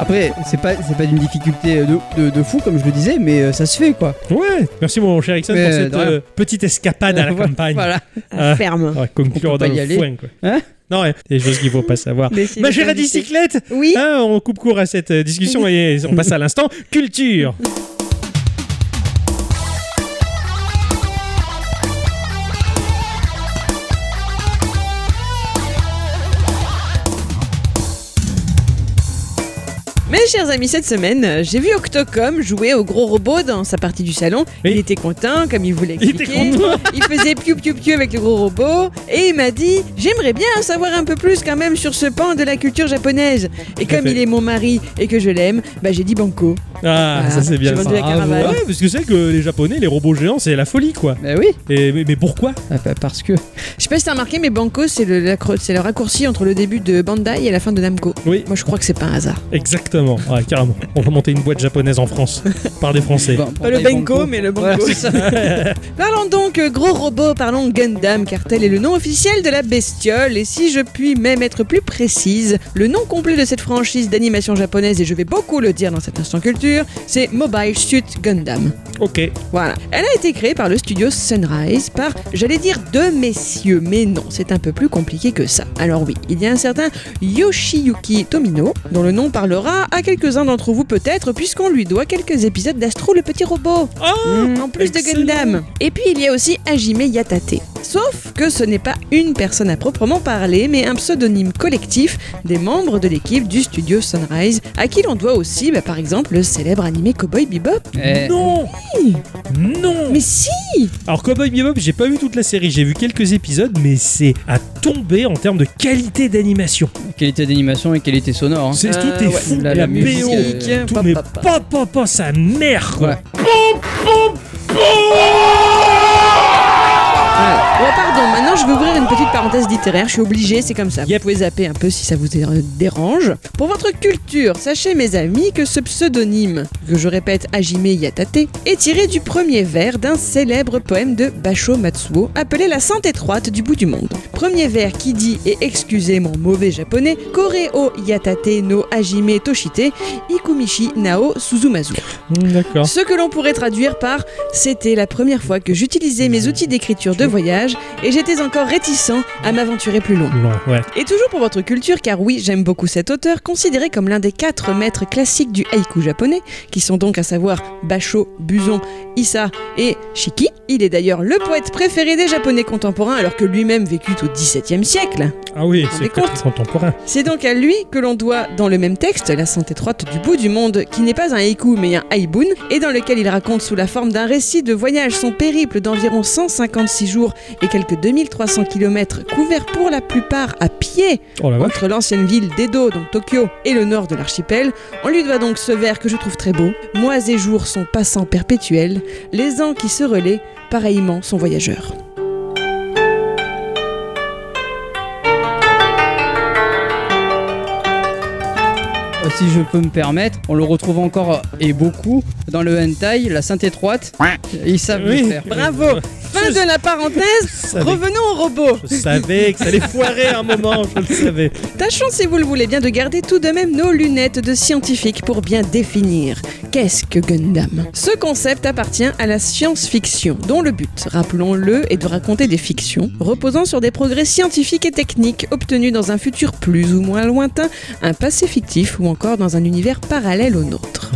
Après, c'est pas, c'est pas d'une difficulté euh, de, de- de fou, comme je le disais, mais euh, ça se fait quoi.
Ouais. Merci mon cher Ixon
Mais,
pour
euh,
cette
de rien.
euh, petite escapade à la campagne.
Voilà.
Ah,
Ah.
Ferme.
On va conclure
On peut
dans
pas y
le
aller.
foin quoi.
Hein
non, ouais, des choses qu'il faut pas savoir.
Mais si,
Oh. Ma
il
chère
est invité.
bicyclette,
Oui.
hein, on coupe court à cette euh, discussion et on passe à l'instant culture.
Mes chers amis, cette semaine, euh, j'ai vu Octocom jouer au gros robot dans sa partie du salon.
Oui.
Il était content, comme il voulait
Il était
expliquer.
content.
Il faisait piou piou piou avec le gros robot et il m'a dit J'aimerais bien en savoir un peu plus quand même sur ce pan de la culture japonaise. Et
Tout à
comme
fait.
il est mon mari et que je l'aime, bah j'ai dit Banco.
Ah,
Voilà.
ça c'est bien.
J'ai
ça. Ah,
vendu la caravane.
Ouais, parce que c'est vrai que les Japonais, les robots géants, c'est la folie quoi.
Bah oui,
Et, mais, mais pourquoi
Ah, bah, parce que.
Je sais pas si t'as remarqué, mais Banco, c'est le, la cro- c'est le raccourci entre le début de Bandai et la fin de Namco.
Oui,
Moi, je crois que c'est pas un hasard.
exactement. Ouais, carrément. On va monter une boîte japonaise en France par des Français.
Bon,
Pas le
bon,
Benko, mais le Banco.
Voilà, c'est
Parlons donc euh, gros robot, parlons Gundam, car tel est le nom officiel de la bestiole, et si je puis même être plus précise, le nom complet de cette franchise d'animation japonaise, et je vais beaucoup le dire dans cet instant culture, c'est Mobile Suit Gundam.
Ok.
Voilà. Elle a été créée par le studio Sunrise par, j'allais dire deux messieurs, mais non, c'est un peu plus compliqué que ça. Alors oui, il y a un certain Yoshiyuki Tomino, dont le nom parlera à quelques-uns d'entre vous peut-être, puisqu'on lui doit quelques épisodes d'Astro le petit robot.
Ah,
Mm, en plus
excellent.
de Gundam. Et puis il y a aussi Hajime Yatate. Sauf que ce n'est pas une personne à proprement parler, mais un pseudonyme collectif des membres de l'équipe du studio Sunrise, à qui l'on doit aussi, bah, par exemple, le célèbre animé Cowboy Bebop.
Eh,
Non Non
Mais si
Alors Cowboy Bebop, j'ai pas vu toute la série, j'ai vu quelques épisodes, mais c'est à tomber en termes de qualité d'animation.
qualité d'animation et qualité sonore. hein.
C'est
Euh,
tout est
ouais.
fou,
La-
la,
la
BO,
musique,
euh,
tout
pa-
mais
pa- pa.
pas pas pas sa mère quoi.
Ouais.
Oh pardon, maintenant je vais ouvrir une petite parenthèse littéraire, je suis obligée, c'est comme ça. Vous pouvez zapper un peu si ça vous dé- euh, dérange. Pour votre culture, sachez mes amis que ce pseudonyme, que je répète Hajime Yatate, est tiré du premier vers d'un célèbre poème de Basho Matsuo appelé La Sainte étroite du bout du monde. Premier vers qui dit, et excusez mon mauvais japonais, Koreo Yatate no Hajime Toshite Ikumishi Nao Suzumazu. Mm,
Hmm, D'accord.
Ce que l'on pourrait traduire par C'était la première fois que j'utilisais mes outils d'écriture de voyage et j'étais encore réticent à m'aventurer plus loin.
Loin, Ouais.
Et toujours pour votre culture, car oui, j'aime beaucoup cet auteur, considéré comme l'un des quatre maîtres classiques du haïku japonais, qui sont donc à savoir Basho, Buzon, Issa et Shiki. Il est d'ailleurs le poète préféré des japonais contemporains, alors que lui-même vécut au XVIIe siècle.
Ah oui,
Vous vous
c'est
rendez compte
très contemporain.
C'est donc à lui que l'on doit, dans le même texte, La santé étroite du bout du monde, qui n'est pas un haïku mais un haïbun, et dans lequel il raconte sous la forme d'un récit de voyage son périple d'environ 156 jours et quelques 2300 km, couverts pour la plupart à pied
Oh la vache.
entre l'ancienne ville d'Edo, donc Tokyo, et le nord de l'archipel. On lui doit donc ce vers que je trouve très beau Mois et jours sont passants perpétuels, les ans qui se relaient, pareillement sont voyageurs.
Euh, Si je peux me permettre, on le retrouve encore et beaucoup dans le hentai, la sainte étroite. Ils savent le
Oui.
faire.
Bravo Fin de la parenthèse,
savais.
revenons au robot
Je savais que ça allait foirer un moment, je le savais.
Tâchons, si vous le voulez bien, de garder tout de même nos lunettes de scientifiques pour bien définir qu'est-ce que Gundam. Ce concept appartient à la science-fiction, dont le but, rappelons-le, est de raconter des fictions reposant sur des progrès scientifiques et techniques obtenus dans un futur plus ou moins lointain, un passé fictif ou encore dans un univers parallèle au nôtre.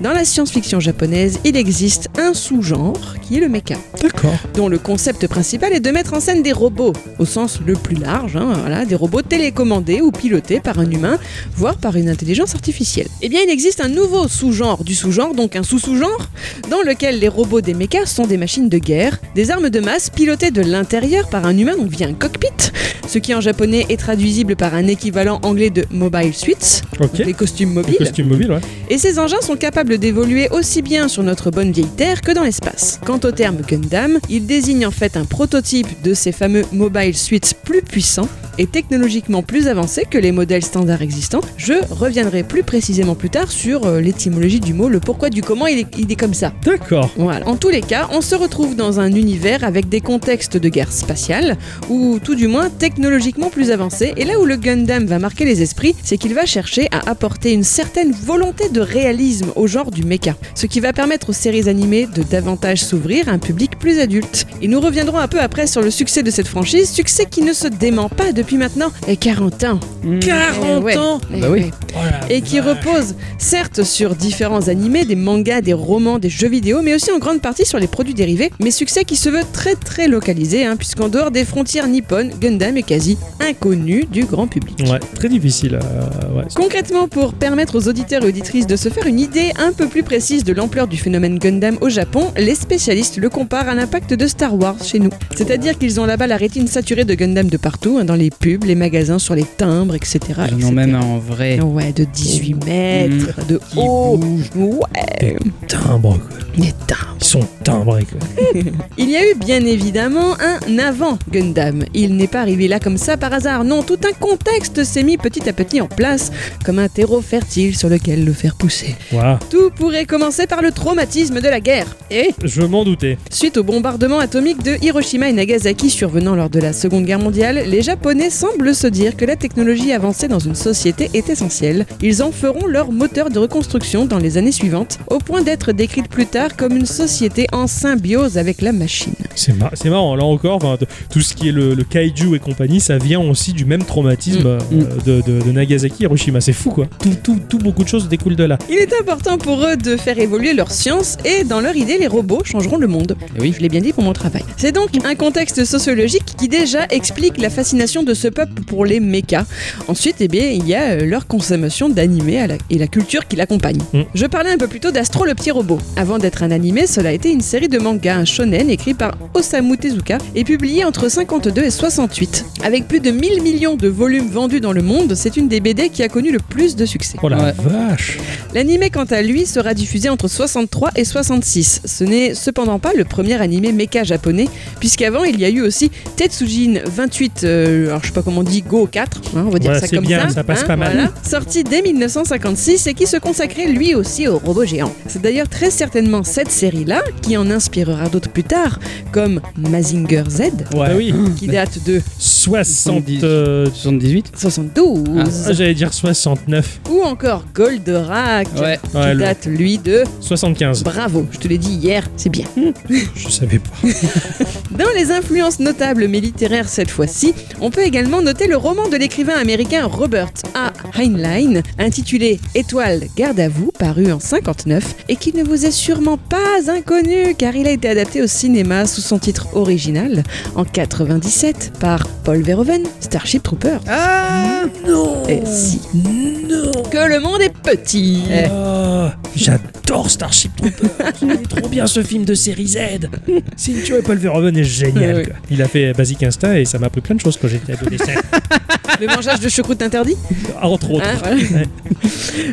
Dans la science-fiction japonaise, il existe un sous-genre qui est le mecha
D'accord.
dont le concept principal est de mettre en scène des robots, au sens le plus large, hein, voilà, des robots télécommandés ou pilotés par un humain, voire par une intelligence artificielle. Eh bien, il existe un nouveau sous-genre du sous-genre, donc un sous-sous-genre, dans lequel les robots des mechas sont des machines de guerre, des armes de masse pilotées de l'intérieur par un humain, donc via un cockpit, ce qui en japonais est traduisible par un équivalent anglais de mobile suits,
Ok.
donc les costumes
Les
mobiles.
costumes mobiles, ouais.
Et ces engins sont capables d'évoluer aussi bien sur notre bonne vieille Terre que dans l'espace. Quant au terme Gundam, il désigne en fait un prototype de ces fameux mobile suites plus puissants et technologiquement plus avancés que les modèles standards existants. Je reviendrai plus précisément plus tard sur euh, l'étymologie du mot, le pourquoi du comment il est, il est comme ça.
D'accord.
Voilà. En tous les cas, on se retrouve dans un univers avec des contextes de guerre spatiale, ou tout du moins technologiquement plus avancés. Et là où le Gundam va marquer les esprits, c'est qu'il va chercher à apporter une certaine volonté de réalisme au genre du mecha, ce qui va permettre aux séries animées de davantage s'ouvrir à un public plus adulte. Et nous reviendrons un peu après sur le succès de cette franchise, succès qui ne se dément pas depuis maintenant eh, 40 ans.
Mmh.
40 ans
Bah oui.
Eh et qui repose certes sur différents animés, des mangas, des romans, des jeux vidéo, mais aussi en grande partie sur les produits dérivés, mais succès qui se veut très très localisé, hein, puisqu'en dehors des frontières nippones, Gundam est quasi inconnu du grand public.
Ouais, très difficile. euh, ouais.
Concrètement, pour permettre aux auditeurs et auditrices de se faire une idée un peu plus précise de l'ampleur du phénomène Gundam au Japon, les spécialistes le comparent à l'impact de Star Wars chez nous. C'est-à-dire qu'ils ont là-bas la rétine saturée de Gundam de partout, hein, dans les pubs, les magasins, sur les timbres, etc.
Ils en ont
etc.
même un en vrai.
Ouais, de 18 mètres, de
Qui
haut.
bouge.
Ouais,
Timbre, quoi.
des timbres.
Ils sont timbrés, quoi.
Il y a eu bien évidemment un avant Gundam. Il n'est pas arrivé là comme ça par hasard. Non, tout un contexte s'est mis petit à petit en place, comme un terreau fertile sur lequel le faire pousser.
Voilà.
Tout pourrait commencer par le traumatisme de la guerre. Eh, Et
Je m'en doutais.
Suite au bombardement atomique de Hiroshima et Nagasaki survenant lors de la Seconde Guerre mondiale, les Japonais semblent se dire que la technologie avancée dans une société est essentielle. Ils en feront leur moteur de reconstruction dans les années suivantes, au point d'être décrite plus tard comme une société en symbiose avec la machine.
C'est mar- c'est marrant, là encore, enfin, t- tout ce qui est le, le kaiju et compagnie, ça vient aussi du même traumatisme
Mm,
euh, de, de- de Nagasaki, Hiroshima. C'est fou, quoi. Tout, tout, tout, beaucoup de choses découlent de là.
Il est important pour eux de faire évoluer leur science et dans leur idée, les robots changeront le monde.
Eh
Oui.
Je l'ai bien dit pour mon travail. C'est donc un contexte sociologique qui déjà explique la fascination de ce peuple pour les mechas. Ensuite, eh bien, il y a euh, leur consommation d'animés à la- et la culture qui l'accompagne.
Mm.
Je parlais un peu plus tôt d'Astro le petit robot. Avant d'être un animé, cela a été une série de mangas, un shonen écrit par Osamu Tezuka et publié entre 52 et 68. Avec plus de 1000 millions de volumes vendus dans le monde, c'est une des BD qui a connu le plus de succès.
Oh la
Ouais.
vache
L'anime, quant à lui, sera diffusé entre 63 et 66. Ce n'est cependant pas le premier animé mecha japonais, puisqu'avant il y a eu aussi Tetsujin 28, euh, alors je sais pas comment on dit, Go 4, hein, on va dire
Ouais,
ça
c'est
comme
bien,
ça.
ça passe
hein,
pas mal.
voilà. sorti dès 1956 et qui se consacrait lui aussi aux robots géants. C'est d'ailleurs très certainement cette série-là qui en inspirera d'autres plus tard, comme Mazinger Z,
Ouais, Bah oui.
qui date de
60. euh,
78
72,
ah, J'allais dire 69.
ou encore Goldorak,
Ouais.
Ah. Ouais,
qui
le-
date lui de
75.
Bravo, je te l'ai dit hier, c'est bien.
Je savais pas.
Dans les influences notables mais littéraires cette fois-ci, on peut également noter le roman de l'écrivain américain Robert A. Heinlein, intitulé Étoile, garde à vous, paru en 59, et qui ne vous est sûrement pas inconnu car il a été adapté au cinéma sous son titre original en 97 par Paul Verhoeven, Starship Trooper.
Ah
Eh si. Que le monde est petit.
Eh.
Ah, J'adore Starship Troopers. Il est trop bien ce film de série Z. Cynthia et Paul Verhoeven est génial.
Ouais,
quoi. Il a fait Basic Instinct et ça m'a appris plein de choses quand j'étais adolescent.
Le mangeage de choucroute interdit
Entre autres.
Hein, voilà.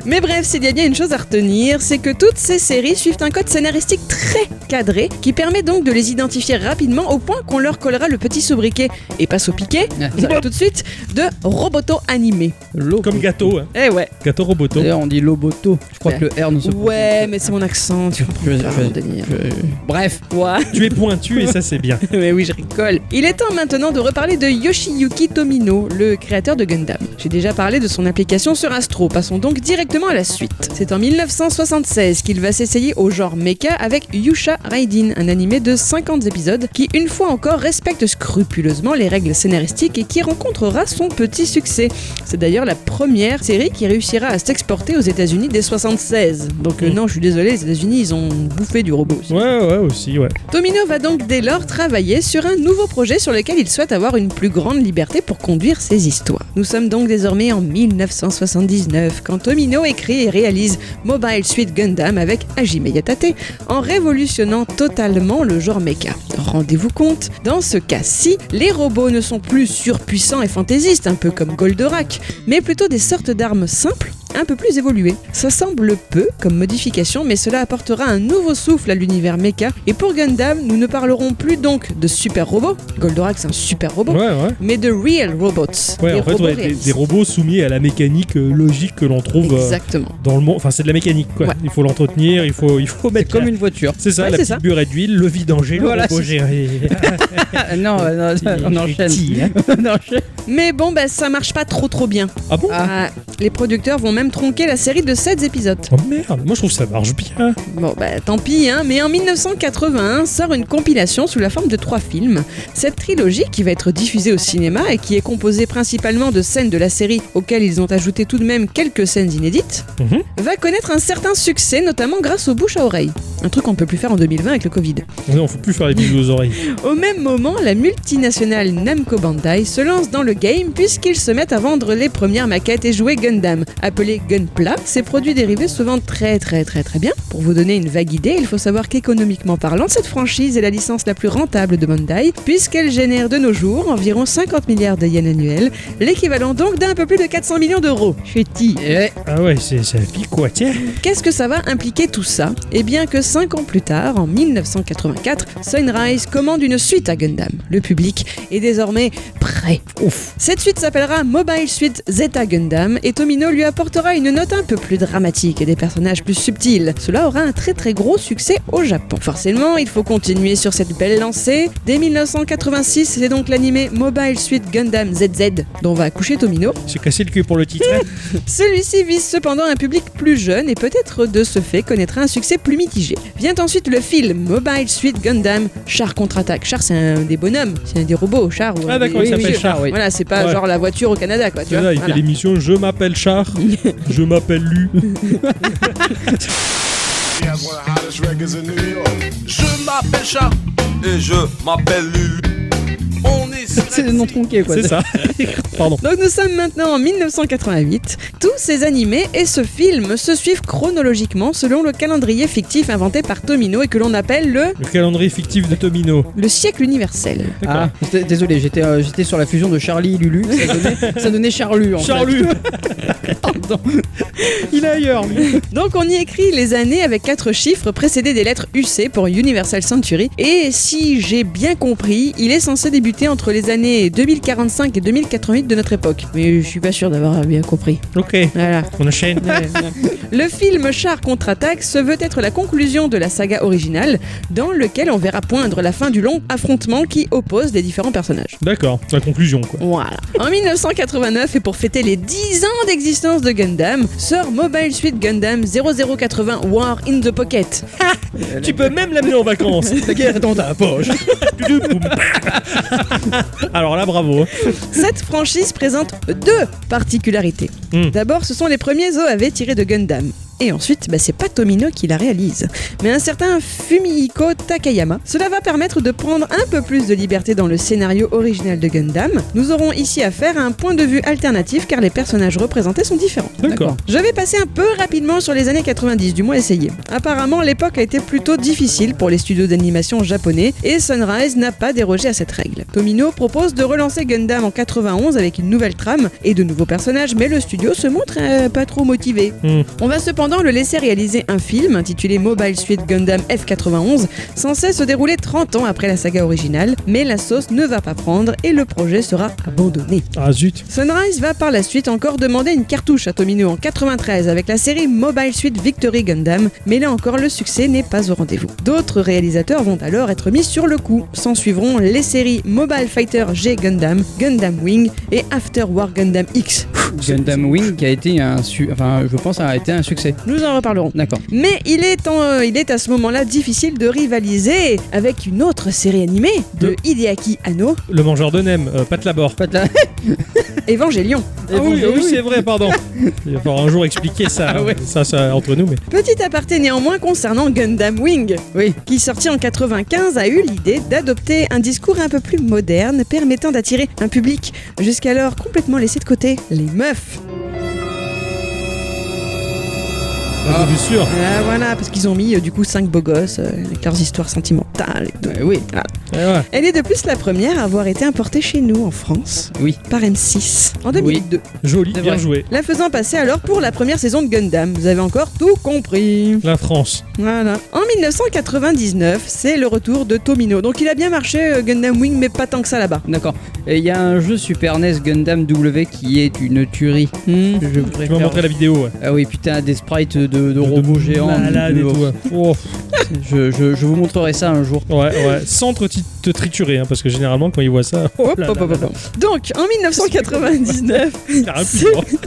Mais bref, s'il y a bien une chose à retenir, c'est que toutes ces séries suivent un code scénaristique très cadré qui permet donc de les identifier rapidement au point qu'on leur collera le petit sobriquet et passe au piquet, vous savez tout de suite, de Roboto animé.
Lobo.
Comme gâteau, hein.
Eh ouais.
gâteau roboto.
D'ailleurs, on dit Loboto. Je crois
Ouais.
que le R ne se
Ouais, mais c'est mon accent, tu comprends
Je-
pas
je-
mon délire.
Euh, Bref,
Ouais.
Tu es pointu et ça c'est bien.
Mais oui, je rigole. Il est temps maintenant de reparler de Yoshiyuki Tomino, le créateur de Gundam. J'ai déjà parlé de son application sur Astro, passons donc directement à la suite. C'est en 1976 qu'il va s'essayer au genre mecha avec Yusha Raiden, un animé de 50 épisodes qui, une fois encore, respecte scrupuleusement les règles scénaristiques et qui rencontrera son petit succès. C'est d'ailleurs la première série qui réussira à s'exporter aux États-Unis dès 76. anglaise. Donc euh, non, je suis désolé, les États-Unis, ils ont bouffé du robot. aussi.
Ouais, ouais, aussi, ouais.
Tomino va donc dès lors travailler sur un nouveau projet sur lequel il souhaite avoir une plus grande liberté pour conduire ses histoires. Nous sommes donc désormais en 1979 quand Tomino écrit et réalise Mobile Suit Gundam avec Hajime Yatate en révolutionnant totalement le genre mecha. Rendez-vous compte, dans ce cas-ci, les robots ne sont plus surpuissants et fantaisistes, un peu comme Goldorak, mais plutôt des sortes d'armes simples un peu plus évolué. Ça semble peu comme modification, mais cela apportera un nouveau souffle à l'univers mecha. Et pour Gundam, nous ne parlerons plus donc de super robots, Goldorak c'est un super robot,
Ouais, ouais.
mais de real robots.
Ouais,
des
en fait,
robots
ouais, des,
réalistes.
des robots soumis à la mécanique euh, logique que l'on trouve euh,
Exactement.
dans le monde. Enfin, c'est de la mécanique, quoi.
Ouais.
Il faut l'entretenir, il faut, il faut mettre.
comme
la-
une voiture.
C'est ça,
Ouais,
la
c'est
petite
ça.
burette d'huile, le vidanger,
Voilà,
le robot
c'est-
géré.
Ah, non, euh, non, on enchaîne. on enchaîne.
Mais bon, bah, ça marche pas trop trop bien.
ah bon
Ah, les producteurs vont même tronquer la série de 7 épisodes.
Oh merde, moi je trouve que ça marche bien.
Bon bah tant pis hein, mais en 1981 sort une compilation sous la forme de trois films. Cette trilogie qui va être diffusée au cinéma et qui est composée principalement de scènes de la série auxquelles ils ont ajouté tout de même quelques scènes inédites,
Mhm.
va connaître un certain succès notamment grâce aux bouches à oreille. Un truc qu'on peut plus faire en 2020 avec le Covid.
Non, faut plus faire les bisous aux oreilles.
Au même moment, la multinationale Namco Bandai se lance dans le game puisqu'ils se mettent à vendre les premières maquettes et jouets Gundam. Appelés Gunpla, ces produits dérivés se vendent très très très très bien. Pour vous donner une vague idée, il faut savoir qu'économiquement parlant, cette franchise est la licence la plus rentable de Bandai puisqu'elle génère de nos jours environ 50 milliards de yens annuels, l'équivalent donc d'un peu plus de 400 millions d'euros. Chéti.
Eh,
Ah ouais, c'est ça pique quoi, tiens.
Qu'est-ce que ça va impliquer tout ça Eh bien que 5 ans plus tard, en 1984, Sunrise commande une suite à Gundam. Le public est désormais prêt. Ouf. Cette suite s'appellera Mobile Suite Zeta Gundam et Tomino lui apportera une note un peu plus dramatique et des personnages plus subtils. Cela aura un très très gros succès au Japon. Forcément, il faut continuer sur cette belle lancée. Dès 1986, c'est donc l'animé Mobile Suite Gundam ZZ dont va accoucher Tomino.
C'est cassé le cul pour le titre. hein.
Celui-ci vise cependant un public plus jeune et peut-être de ce fait connaîtra un succès plus mitigé. Vient ensuite le film Mobile Suit Gundam, Char contre-attaque. Char, c'est un des bonhommes, c'est un des robots, Char. ou un
Ah, d'accord,
des-
il s'appelle Char, oui.
Voilà, c'est pas
Ouais.
genre la voiture au Canada, quoi. Tu
Là,
vois,
il
voilà.
fait l'émission Je m'appelle Char, je m'appelle Lu.
Je m'appelle Chat et je m'appelle Lulu. On est sur
c'est le nom tronqué quoi.
C'est ça. Pardon.
Donc nous sommes maintenant en 1988. Tous ces animés et ce film se suivent chronologiquement selon le calendrier fictif inventé par Tomino et que l'on appelle le,
Le calendrier fictif de Tomino.
le siècle universel.
Ah, j'étais- désolé, j'étais euh, j'étais sur la fusion de Charlie et Lulu. Ça donnait, ça donnait Charlu en
Charlu
fait. Il est ailleurs. lui.
Donc on y écrit les années avec quatre chiffres précédés des lettres UC pour Universal Century. Et si j'ai bien compris, il est censé débuter entre les années 2045 et 2088 de notre époque. Mais je suis pas sûr d'avoir bien compris.
Ok,
Voilà.
on enchaîne.
Le film Char contre-attaque se veut être la conclusion de la saga originale, dans lequel on verra poindre la fin du long affrontement qui oppose les différents personnages.
D'accord, la conclusion quoi.
Voilà. En 1989, et pour fêter les 10 ans d'existence de Gundam, sort Mobile Suit Gundam 0080 War in the Pocket.
Tu peux même l'amener en vacances.
La guerre est dans ta poche.
Alors là, bravo. hein.
Cette franchise présente deux particularités.
Hmm.
D'abord, ce sont les premiers OAV tirés de Gundam. Et ensuite, bah, c'est pas Tomino qui la réalise, mais un certain Fumihiko Takayama. Cela va permettre de prendre un peu plus de liberté dans le scénario original de Gundam. Nous aurons ici affaire à un point de vue alternatif car les personnages représentés sont différents.
D'accord.
Je vais passer un peu rapidement sur les années 90, du moins essayer. Apparemment, l'époque a été plutôt difficile pour les studios d'animation japonais et Sunrise n'a pas dérogé à cette règle. Tomino propose de relancer Gundam en 91 avec une nouvelle trame et de nouveaux personnages, mais le studio se montre euh, pas trop motivé.
Hmm.
On va cependant le laisser réaliser un film intitulé Mobile Suit Gundam F91, censé se dérouler 30 ans après la saga originale, mais la sauce ne va pas prendre et le projet sera abandonné.
Ah zut.
Sunrise va par la suite encore demander une cartouche à Tomino en 93 avec la série Mobile Suit Victory Gundam, mais là encore le succès n'est pas au rendez-vous. D'autres réalisateurs vont alors être mis sur le coup. S'en suivront les séries Mobile Fighter G Gundam, Gundam Wing et After War Gundam X.
Gundam Wing qui a été un, su- enfin, je pense, a été un succès.
Nous en reparlerons.
D'accord.
Mais il est, en- il est à ce moment-là difficile de rivaliser avec une autre série animée de Hideaki Anno,
Le mangeur de Nem, euh, Pat Labor.
Pas de la-
Evangelion.
Ah oui,
Evangelion.
oui, c'est vrai, pardon. Il va falloir un jour expliquer ça,
Ah ouais.
ça, ça, entre nous. Mais...
Petit aparté néanmoins concernant Gundam Wing,
Oui.
qui sorti en 95 a eu l'idée d'adopter un discours un peu plus moderne permettant d'attirer un public jusqu'alors complètement laissé de côté, les meufs.
Ah, bien sûr.
Ah, voilà, parce qu'ils ont mis euh, du coup 5 beaux gosses euh, avec leurs histoires sentimentales et tout.
Euh, oui.
Eh ouais.
Elle est de plus la première à avoir été importée chez nous en France.
Oui.
Par M6 en 2002,
Joli,
C'est
bien
vrai.
joué.
la faisant passer alors pour la première saison de Gundam. Vous avez encore tout compris.
La France.
Voilà. En 1999, c'est le retour de Tomino. Donc il a bien marché euh, Gundam Wing, mais pas tant que ça là-bas.
D'accord. Et il y a un jeu Super NES Gundam W qui est une tuerie.
Hmm.
Je
Tu m'as
préfère.
montré la vidéo. Ouais.
Ah oui, putain, des sprites de, de robots géants.
Malade et
Oh,
tout. ouais. Oh,
Je, je- je vous montrerai ça un jour.
ouais, ouais. Sans te, ti- te triturer, hein, parce que généralement, quand ils voient ça, oh là
Hop,
là
hop,
là
hop, hop. Donc en 1999,
là, t'as un piment.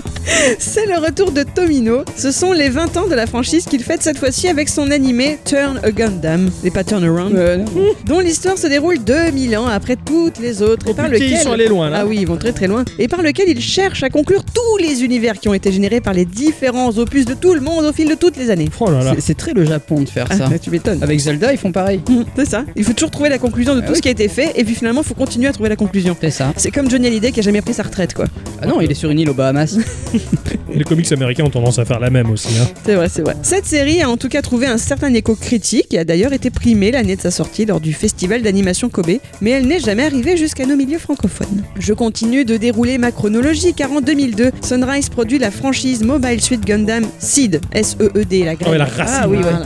c'est le retour de Tomino. Ce sont les 20 ans de la franchise qu'il fête cette fois-ci avec son animé Turn a Gundam, et pas Turn Around, dont l'histoire se déroule 2000 ans après toutes les autres
Oh,
et par
putain,
lequel
ils sont allés loin là.
Ah oui, ils vont très très loin. Et par lequel il cherche à conclure tous les univers qui ont été générés par les différents opus de tout le monde au fil de toutes les années.
Oh là là.
C'est- C'est très le Japon de faire
Ah,
ça.
tu m'étonnes.
Avec Zelda, ils font pareil.
Hmm, C'est ça. Il faut toujours trouver la conclusion de tout
Ah oui.
ce qui a été fait et puis finalement, il faut continuer à trouver la conclusion.
C'est ça.
C'est comme Johnny Hallyday qui a jamais pris sa retraite, quoi.
Ah non, il est sur une île aux Bahamas.
Les comics américains ont tendance à faire la même aussi. Hein.
C'est vrai, c'est vrai. Cette série a en tout cas trouvé un certain écho critique et a d'ailleurs été primée l'année de sa sortie lors du festival d'animation Kobe, mais elle n'est jamais arrivée jusqu'à nos milieux francophones. Je continue de dérouler ma chronologie car en 2002, Sunrise produit la franchise Mobile Suit Gundam Seed, S-E-E-D, la graine.
Ah ouais, la racine.
Ah oui, voilà.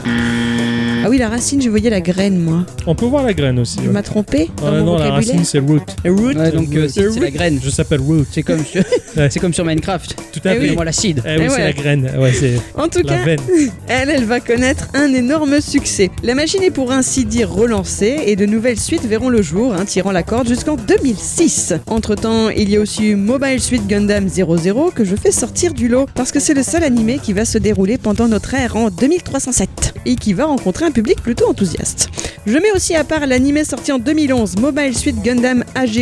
Ah oui, la racine, je voyais la graine, moi.
On peut voir la graine aussi.
Je
ouais.
m'as trompé dans
Ah
mon
non, la
vocabulaire
racine, c'est root.
Root.
Ouais, donc euh, c'est c'est la graine.
Je s'appelle root.
C'est comme sur, c'est comme sur Minecraft.
Tout à
Eh oui.
fait.
Moi la seed.
Eh oui,
Eh
c'est
ouais.
la graine. Ouais, c'est
En tout
la
cas,
veine.
Elle, elle va connaître un énorme succès. La machine est pour ainsi dire relancée et de nouvelles suites verront le jour, hein, tirant la corde jusqu'en 2006. Entre-temps, il y a aussi eu Mobile Suit Gundam 00 que je fais sortir du lot parce que c'est le seul animé qui va se dérouler pendant notre ère en 2307 et qui va rencontrer un public plutôt enthousiaste. Je mets aussi à part l'animé sorti en 2011, Mobile Suit Gundam AGE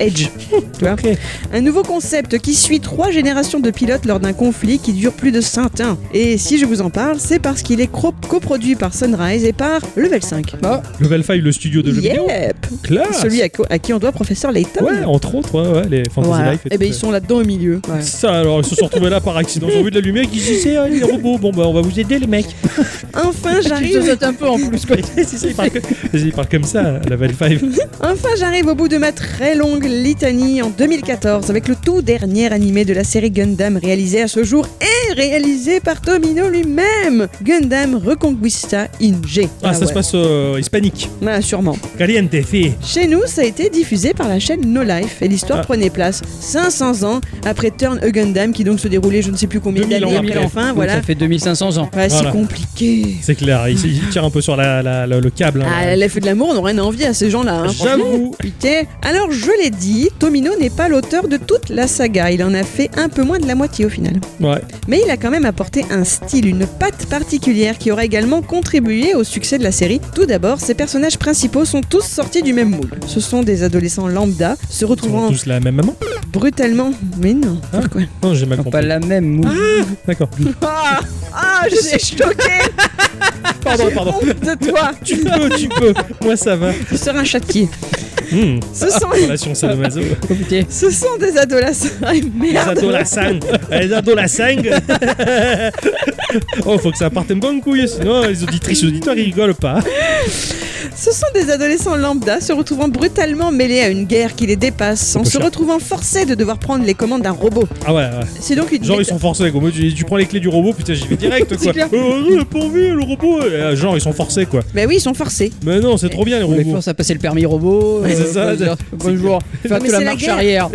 Edge. Tu vois
Ok.
un nouveau concept qui suit trois générations de pilotes lors d'un conflit qui dure plus de 5 ans. Et si je vous en parle, c'est parce qu'il est cro- coproduit par Sunrise et par Level 5.
Level 5, le studio Ah, de jeux vidéo.
Yep
Classe.
Celui à, co- à qui on doit Professeur Layton.
Ouais, entre autres, ouais, ouais, les Fantasy
Voilà.
Life.
Et ben ils sont euh, là-dedans au milieu.
Ça alors, ils se sont retrouvés là par accident. Ils ont vu de la lumière qui disaient ah, les robots. Bon bah on va vous aider les mecs. Bah,
Enfin
Tu te
j'arrive
sautes un peu en plus quoi.
c'est ça, ils parlent, que- ils parlent comme ça, Level 5.
Enfin, j'arrive au bout de ma très longue litanie en 2014 avec le tout dernier animé de la série Gundam réalisé à ce jour et réalisé par Tomino lui-même, Gundam Reconquista in G.
Ah, ça se
ouais.
passe euh, hispanique.
Ah, sûrement.
Caliente, fille.
Chez nous, ça a été diffusé par la chaîne No Life et l'histoire
Ah.
prenait place 500 ans après Turn a Gundam qui donc se déroulait je ne sais plus combien
2000 ans
d'années
après.
après la fin,
Donc,
voilà.
Ça fait 2500 ans.
Voilà.
Ouais, c'est compliqué.
C'est clair, il, il tire un peu sur la, la- la- le câble. hein.
Ah, l'effet de l'amour, on aurait envie à ces gens-là. hein, franchement.
J'avoue.
Putain. Alors, je l'ai dit, Tomino n'est pas l'auteur de toute la saga. Il en a fait un peu moins de la moitié au final.
Ouais.
Mais il a quand même apporté un style, une patte particulière qui aura également contribué au succès de la série. Tout d'abord, ses personnages principaux sont tous sortis du même moule. Ce sont des adolescents lambda se
Ils ont
retrouvant
tous la même maman
brutalement. Mais non,
Hein
pourquoi
Non, j'ai mal
Ils ont Pas
compris.
la même moule.
D'accord.
Ah, ah je suis choquée
Pardon, pardon.
honte de toi
Tu peux, tu peux. Moi, ça va.
Tu seras un châtier.
Hmm.
Ce sont,
Relation sadomaso.
Oh, putain.
ce sont des adolescents. Ah,
Les
merde
ados la sang. Les ados la sang. oh, faut que ça parte un bon couille, sinon les auditrices et auditeurs ils rigolent pas.
Ce sont des adolescents lambda se retrouvant brutalement mêlés à une guerre qui les dépasse, en
peu
se
cher.
retrouvant forcés de devoir prendre les commandes d'un robot.
Ah ouais, ouais.
C'est donc une
Genre ils sont forcés quoi. Moi, tu, tu prends les clés du robot, putain j'y vais direct
C'est
quoi.
clair.
Oh non, il a pas envie le robot. Euh, Genre ils sont forcés quoi.
Bah oui, ils sont forcés.
Mais non, c'est trop bien les
On les
robots.
force à passer le permis robot. euh,
Ouais, c'est ça,
faut se dire,
c'est-
Bonjour. Faites
mais
la
c'est la
marche
guerre.
arrière.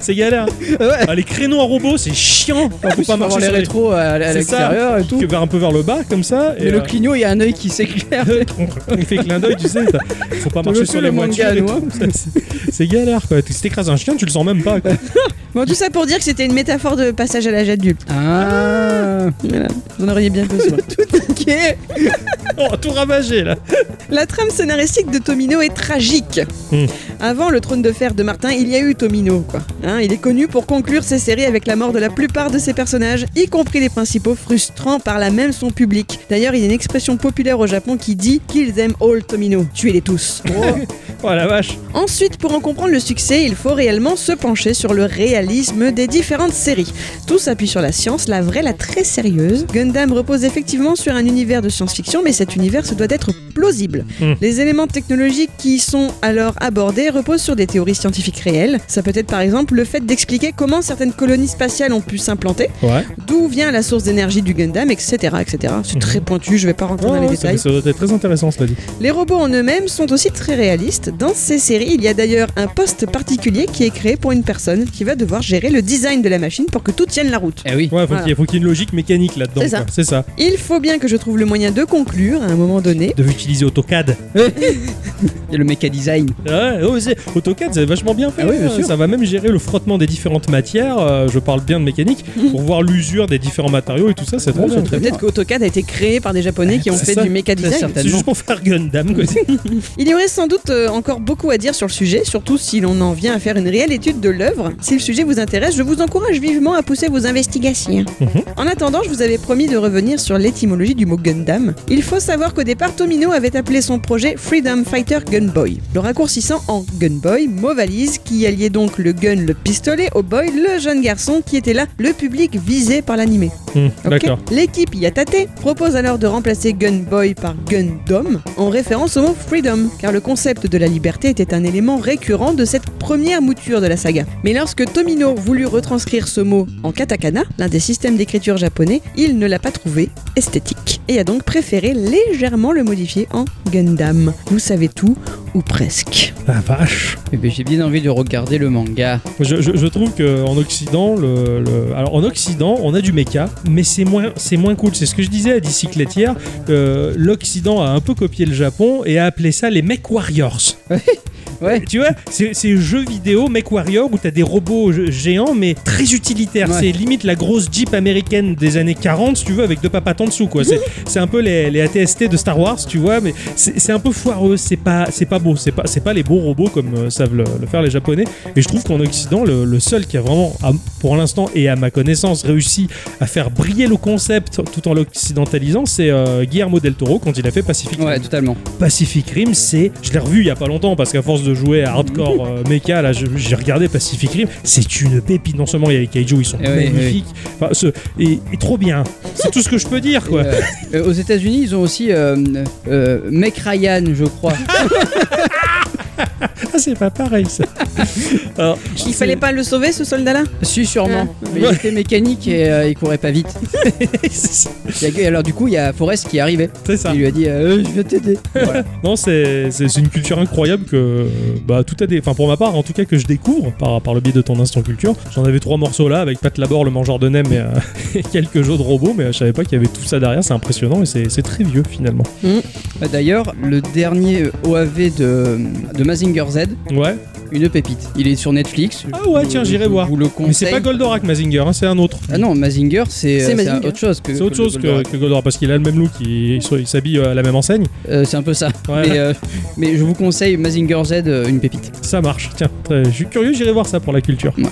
C'est galère.
Ouais.
Ah, les créneau à robot, c'est chiant. Faut pas
Faut avoir
marcher
les
sur les
rétros euh, à, à
C'est ça.
l'extérieur et tout.
que vers un peu vers le bas comme ça.
Mais
et
le
euh,
clignot, il y a un œil qui s'éclaire.
il fait clin d'œil, tu sais. t'as- Faut pas marcher
le
sur
cul,
les
le
voitures.
manga,
et
nous,
tout, c'est- C'est galère quoi. Si t'écrases un chien, tu le sens même pas. quoi.
Bon, tout ça pour dire que c'était une métaphore de passage à l'âge adulte.
Ah
Voilà, vous en auriez bien besoin. tout ok.
Oh, tout ravagé là.
La trame scénaristique de Tomino est tragique.
Hmm.
Avant le trône de fer de Martin, il y a eu Tomino, quoi. Hein, il est connu pour conclure ses séries avec la mort de la plupart de ses personnages, y compris les principaux, frustrant par la même son public. D'ailleurs, il y a une expression populaire au Japon qui dit Kill them all, Tomino. Tuez-les tous.
Oh la vache.
Ensuite, pour en comprendre le succès, il faut réellement se pencher sur le réalisme des différentes séries. Tout s'appuie sur la science, la vraie, la très sérieuse. Gundam repose effectivement sur un univers de science-fiction, mais cet univers se doit d'être plausible.
Mm.
Les éléments technologiques qui y sont alors abordés reposent sur des théories scientifiques réelles. Ça peut être par exemple le fait d'expliquer comment certaines colonies spatiales ont pu s'implanter,
Ouais.
d'où vient la source d'énergie du Gundam, etc. etc. C'est très pointu, je vais pas rentrer dans les
Oh,
détails.
ça, ça doit être très intéressant cela dit.
Les robots en eux-mêmes sont aussi très réalistes. Dans ces séries, il y a d'ailleurs un poste particulier qui est créé pour une personne qui va devoir gérer le design de la machine pour que tout tienne la route.
Eh oui.
Ouais, faut
Voilà.
qu'il faut qu'il y ait une logique mécanique là-dedans.
C'est ça.
quoi. C'est ça.
Il faut bien que je trouve le moyen de conclure à un moment donné.
De utiliser AutoCAD.
Il y a le mecha design.
Ouais, ouais, c'est- AutoCAD, c'est vachement bien fait.
Ah oui, bien
hein.
sûr.
Ça va même gérer le frottement des différentes matières. euh, je parle bien de mécanique pour voir l'usure des différents matériaux et tout ça. C'est trop
Ouais,
bien.
c'est très
Peut-être qu'AutoCAD a été créé par des japonais qui ont
C'est
fait
ça.
du méca design.
C'est juste pour faire Gundam. Quoi.
Il y aurait sans doute euh, encore beaucoup à dire sur le sujet, surtout si l'on en vient à faire une réelle étude de l'œuvre. Si le sujet vous intéresse, je vous encourage vivement à pousser vos investigations.
Mhm.
En attendant, je vous avais promis de revenir sur l'étymologie du mot Gundam. Il faut savoir qu'au départ, Tomino avait appelé son projet Freedom Fighter Gunboy, le raccourcissant en Gunboy, mot valise, qui alliait donc le gun, le pistolet, au boy, le jeune garçon qui était là, le public visé par l'animé.
Hum,
Ok.
D'accord.
L'équipe Yatate propose alors de remplacer Gunboy par Gundom en référence au mot freedom, car le concept de la liberté était un élément récurrent de cette première mouture de la saga. Mais lorsque Tomino voulut retranscrire ce mot en katakana, l'un des systèmes d'écriture japonais, il ne l'a pas trouvé esthétique et a donc préféré légèrement le modifier en Gundam. Vous savez tout, ou presque.
La vache.
Eh ben, j'ai bien envie de regarder le manga.
Je, je- je trouve qu'en Occident, le, le- alors en Occident, on a du mecha, mais c'est moins, c'est moins cool. C'est ce que je disais à Dicyclette hier. euh, L'Occident a un peu copié le Japon et a appelé ça les Mech Warriors.
Ouais.
Tu vois, c'est c'est jeux vidéo Mech Warrior où t'as des robots g- géants, mais très utilitaires.
Ouais.
C'est limite la grosse Jeep américaine des années 40, si tu veux, avec deux papatons dessous. quoi. C'est- C'est un peu les, les ATST de Star Wars, tu vois, mais c'est c'est un peu foireux. C'est pas, c'est pas beau. C'est pas, c'est pas les beaux robots comme euh, savent le- le faire les Japonais. Et je trouve qu'en Occident, le, le seul qui a vraiment, à- pour l'instant et à ma connaissance, réussi à faire briller le concept tout en l'occidentalisant, c'est euh, Guillermo del Toro quand il a fait Pacific Rim.
Ouais, totalement.
Pacific Rim, c'est. Je l'ai revu il y a pas longtemps parce qu'à force de jouer à hardcore euh, mecha, là, je- j'ai regardé Pacific Rim. C'est une pépite. Non seulement il y a les kaiju, ils sont
Eh oui,
magnifiques. Enfin, ce- et, et trop bien. C'est tout ce que je peux dire, quoi.
Et, euh, euh, aux États-Unis, ils ont aussi euh, euh, Mec Ryan, je crois.
Ah, c'est pas pareil, ça. Alors,
Il fallait pas le sauver, ce soldat-là
si, sûrement. Mais il était mécanique et euh, il courait pas vite.
c'est ça.
Il y a que- Alors, du coup, il y a Forrest qui est arrivé.
C'est ça.
Il lui a dit euh, Je vais t'aider.
Non, c'est c'est- c'est une culture incroyable que, euh, bah, tout à des. Enfin, pour ma part, en tout cas, que je découvre par, par le biais de ton instant culture. J'en avais trois morceaux là, avec Pat Labor, le mangeur de nems et, euh, et quelques jeux de robots, mais euh, je savais pas qu'il y avait tout ça derrière. C'est impressionnant et c'est c'est très vieux finalement.
Bah, D'ailleurs, le dernier OAV de, de Mazinger Z,
Ouais.
une pépite. Il est sur Netflix.
Ah ouais,
Je-
tiens,
je-
j'irai
je
voir.
Vous le
Mais c'est pas
conseille.
Goldorak, Mazinger, hein, c'est un autre.
Ah non, Mazinger, c'est euh,
C'est
c'est
Mazinger.
autre chose que.
C'est autre
que le
chose que,
Goldorak.
que Goldorak parce qu'il a le même look, il, il s'habille euh, à la même enseigne.
Euh, c'est un peu ça.
Ouais.
Mais, euh, mais je vous conseille Mazinger Z, euh, une pépite.
Ça marche, tiens, très- je suis curieux, j'irai voir ça pour la culture.
Ouais.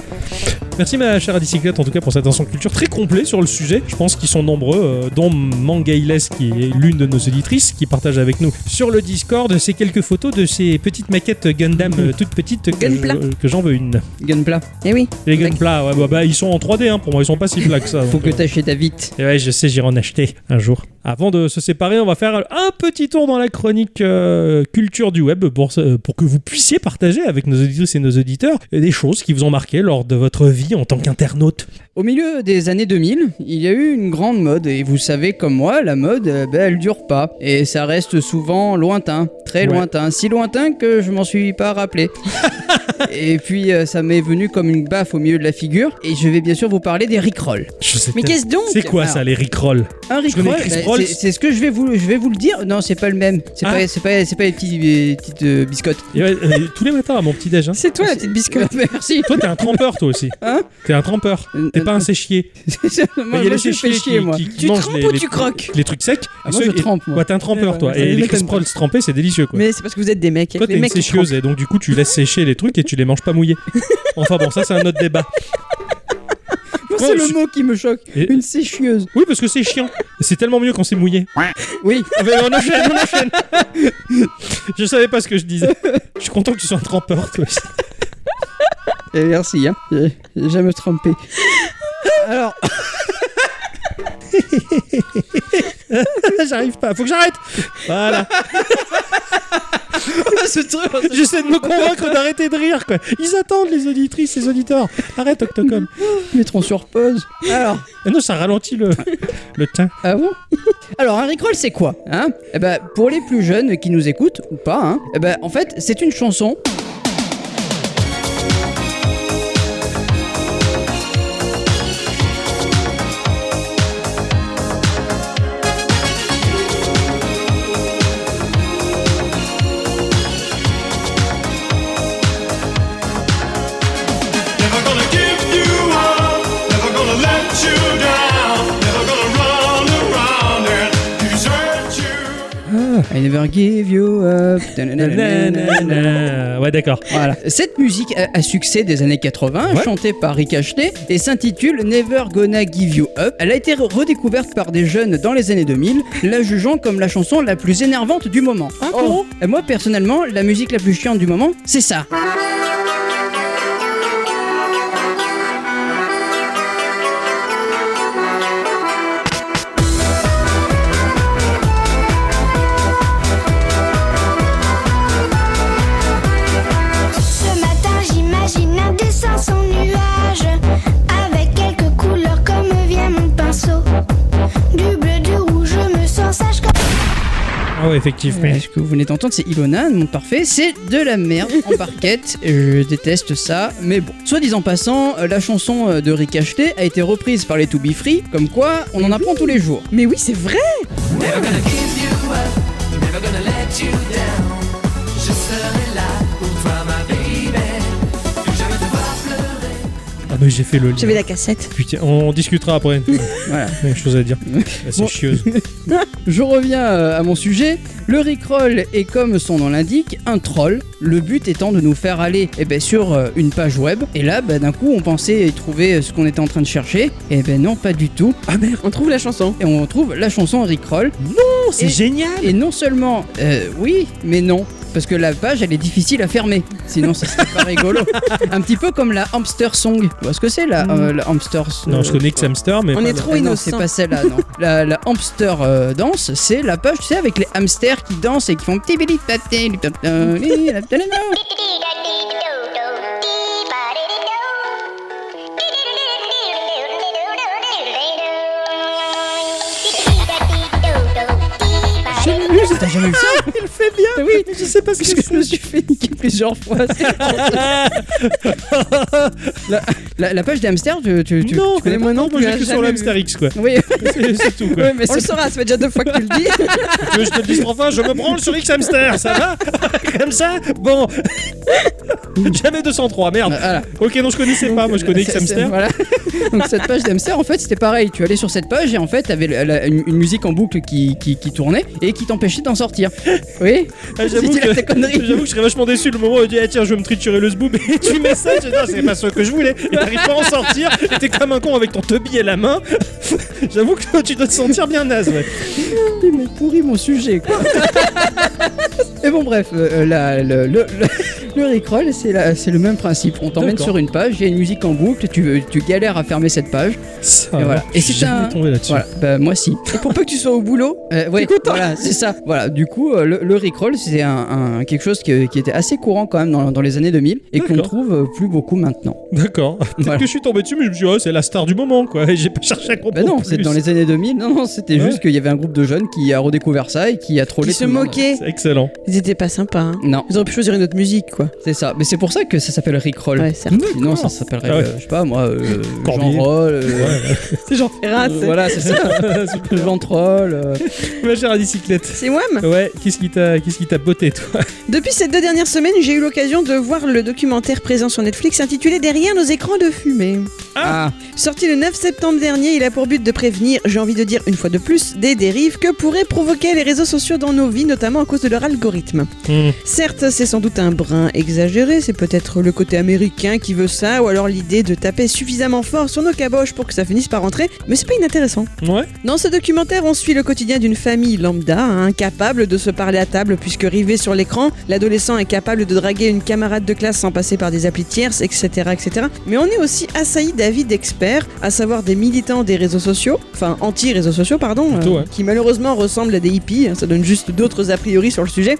Merci ma chère bicyclette en tout cas pour cette instant culture très complet sur le sujet. Je pense qu'ils sont nombreux, euh, dont Mangailes qui est l'une de nos éditrices qui partage avec nous sur le Discord ces quelques photos de ces petites maquettes Gundam euh, toutes petites que
Gunpla.
je- que j'en veux une.
Gunpla,
Eh oui.
Les
Avec-
Gunpla, ouais, bah, bah, ils sont en 3D hein, pour moi, ils sont pas si plats que ça.
faut
donc,
que
euh,
t'achètes à vite.
Et ouais, je sais, j'irai en acheter un jour. Avant de se séparer, on va faire un petit tour dans la chronique euh, culture du web pour, se- euh, pour que vous puissiez partager avec nos auditrices et nos auditeurs euh, des choses qui vous ont marqué lors de votre vie en tant qu'internaute.
Au milieu des années 2000, il y a eu une grande mode, et vous savez comme moi, la mode, euh, ben, elle dure pas. Et ça reste souvent lointain, très
Ouais.
lointain, si lointain que je m'en suis pas rappelé. Et puis euh, ça m'est venu comme une baffe au milieu de la figure. Et je vais bien sûr vous parler des Rickroll.
Je sais
Mais
pas.
qu'est-ce donc
C'est quoi ça, les Rickroll
Un
Je connais
Rickroll,
Chris
bah,
Rolls.
c'est- c'est ce que je vais vous, je vais vous le dire. Non, c'est pas le même. C'est
Ah.
pas, c'est pas, c'est pas les petits, les petites euh, biscottes.
Et ouais, euh, Tous les matins à mon petit-déj. hein.
C'est toi la petite biscotte.
Merci.
Toi, t'es un trempeur, toi aussi.
Hein
T'es un trempeur.
Euh,
T'es
euh,
pas un séchier.
moi,
Il y a
je me
les
suis fait
séchiers
chier,
qui,
moi.
qui- qui
Tu
mangent
trempes
les,
ou
les-
tu croques
les trucs secs.
Ah,
Et
moi,
ceux-
je
et-
trempe, moi. Eh
Ouais, t'es un trempeur, toi.
ça
Et les
m'étonne
Chris
pas.
Rolls trempés, c'est délicieux, quoi.
Mais c'est parce que vous êtes des mecs.
Toi, t'es
les
une
mecs qui
sécheuse et donc du coup, tu laisses sécher les trucs et tu les manges pas mouillés. Enfin bon, ça, c'est un autre débat.
Moi,
Ouais,
c'est
je
le
suis-
mot qui me choque.
Et-
Une séchieuse.
Oui, parce que c'est chiant. C'est tellement mieux quand c'est mouillé.
Oui.
Ah ben, on enchaîne, on enchaîne. Je savais pas ce que je disais. Je suis content que tu sois un trempeur, toi aussi.
Et merci, hein. J'ai j'ai jamais trompé. Alors,
J'arrive pas, faut que j'arrête. Voilà. Ah,
ce truc,
J'essaie de me convaincre d'arrêter de rire, quoi. Ils attendent, les auditrices, les auditeurs. Arrête, Octocom.
mettront sur pause. Alors,
Ah non, ça ralentit le, le teint.
Ah bon Alors un Rickroll c'est quoi hein Eh ben, pour les plus jeunes qui nous écoutent ou pas, hein, eh ben, en fait c'est une chanson.
Never gonna give you up, never gonna let you down, never gonna run around and desert you.
I never give you up.
Nanana. Ouais, d'accord.
Voilà. Cette musique à, à succès des années 80,
Ouais.
chantée par Rick Ashley, et s'intitule Never Gonna Give You Up. Elle a été re- redécouverte par des jeunes dans les années 2000, la jugeant comme la chanson la plus énervante du moment. Oh. Et moi personnellement, la musique la plus chiante du moment, c'est ça.
Ce matin, j'imagine un dessin sans nuage, avec quelques couleurs comme vient mon pinceau. Du bleu, du rouge, je me sens sage comme.
Ah ouais, effectivement.
Ouais, ce que vous venez d'entendre, c'est Ilona, mon parfait, c'est de la merde en parquette. Je déteste ça, mais bon. Soit disant passant, euh, la chanson euh, de Rick Ashley a été reprise par les To Be Free, comme quoi on en apprend tous les jours.
Mais oui, c'est vrai.
Ah, mais j'ai fait le
J'avais
lien.
la cassette.
Putain, on discutera après.
Voilà.
Même chose à dire. La séchieuse.
Je reviens euh, à mon sujet. Le Rickroll est comme son nom l'indique, un troll. Le but étant de nous faire aller eh ben, sur euh, une page web. Et là, ben, d'un coup, on pensait y trouver euh, ce qu'on était en train de chercher. Et ben non, pas du tout.
Ah merde.
On trouve la chanson.
Et on trouve la chanson Rickroll.
Oh, c'est
Et-
génial.
Et non seulement, euh, oui, mais non. Parce que la page, elle est difficile à fermer. Sinon, ça serait pas rigolo. Un petit peu comme la hamster song. Tu vois ce que c'est, la, euh, la hamster euh,
Non, je connais que Samster, mais.
On est trop
Ah non, c'est
innocents.
pas celle-là, non. la, la hamster euh, danse, c'est la page, tu sais, avec les hamsters qui dansent et qui font petit billy paté, li, pap, euh, li, la, la, la, la. T'as jamais vu ça Ah, Il fait bien Oui, je sais pas ce que, je me suis fait niquer plusieurs fois. la, la- la page des hamsters, tu, tu, tu-
non,
tu connais
moi
moi non
Moi,
plus,
j'ai
hein,
que sur
jamais
l'Hamster X, quoi.
vu. Oui,
C'est c'est tout, quoi.
ouais, mais
On le
c'est
saura, ça fait déjà deux fois que tu le dis.
Tu veux que je te le dise trois fois Je me branle sur X Hamster, ça va Comme ça Bon. Jamais 203, merde.
Voilà.
Ok, non, je connaissais pas. Moi, je connais X
C'est- c'est-
Hamster.
Voilà. Donc cette page d'Hamster, en fait, c'était pareil. Tu allais sur cette page et en fait, t'avais la- la- une une musique en boucle qui, qui, qui tournait et qui t'empêchait d'en sortir. Oui.
Ah, J'avoue
C'était
que,
la connerie.
j'avoue que je serais vachement déçu le moment où il dit ah, tiens je vais me triturer le zboob et tu mets ça, tu dis, non c'est pas ce que je voulais, il t'arrive pas à en sortir, et t'es comme un con avec ton teubille à la main, j'avoue que tu dois te sentir bien naze ouais.
Ils m'ont pourri mon sujet. Quoi. et bon, bref, euh, la- le, le, le, le Rickroll, c'est la- c'est le même principe. On t'emmène
D'accord.
sur une page, il y a une musique en boucle, tu, tu galères à fermer cette page.
Ça,
Et voilà.
alors,
Et
Ah, je suis
c'est
jamais
un-
tombé là-dessus.
Voilà, bah moi si. Et pour peu que tu sois au boulot, ouais, voilà, c'est ça. Voilà, du coup, euh, le, le Rickroll, c'est un, un- quelque chose que- qui était assez courant quand même dans, dans les années 2000 et qu'on
D'accord.
trouve euh, plus beaucoup maintenant.
D'accord. Peut-être
Voilà.
que je suis tombé dessus mais je me suis dit oh c'est la star du moment quoi, et j'ai pas cherché à
Bah
comprendre.
non, c'est
plus.
dans les années 2000. Non, non, c'était
Ouais.
juste qu'il y avait un groupe de jeunes qui a redécouvert ça et qui a trollé
Ils se
tout le monde.
moquaient.
C'est excellent.
Ils étaient pas sympas. hein.
Non,
Ils auraient pu choisir une autre musique, quoi.
c'est ça. Mais c'est pour ça que ça s'appelle Rickroll.
Ouais, certes.
Sinon, ça s'appellerait,
Ah ouais.
euh, je sais pas moi, euh,
Corbier.
Jean Roll. euh,
C'est genre
euh,
Race.
voilà, c'est ça. Jean Troll. euh.
ma chère à bicyclette.
C'est Wham
Ouais, qu'est-ce qui t'a qu'est-ce qui t'a botté toi
Depuis ces deux dernières semaines, j'ai eu l'occasion de voir le documentaire présent sur Netflix intitulé Derrière nos écrans de fumée.
Ah,
Sorti le 9 septembre dernier, il a pour but de prévenir, j'ai envie de dire une fois de plus, des dérives que pourraient provoquer les réseaux sociaux dans nos vies, notamment à cause de leur algorithme.
Hmm.
Certes, c'est sans doute un brin exagéré, c'est peut-être le côté américain qui veut ça, ou alors l'idée de taper suffisamment fort sur nos caboches pour que ça finisse par rentrer, mais c'est pas inintéressant.
Ouais.
Dans ce documentaire, on suit le quotidien d'une famille lambda, hein, incapable de se parler à table puisque rivé sur l'écran, l'adolescent est capable de draguer une camarade de classe sans passer par des applis tierces, etc., etc. Mais on est aussi assailli d'avis d'experts, à savoir des militants des réseaux sociaux, enfin anti-réseaux sociaux, pardon, euh,
Plutôt, ouais.
qui malheureusement ressemblent à des hippies, hein, ça donne juste d'autres a priori sur le sujet.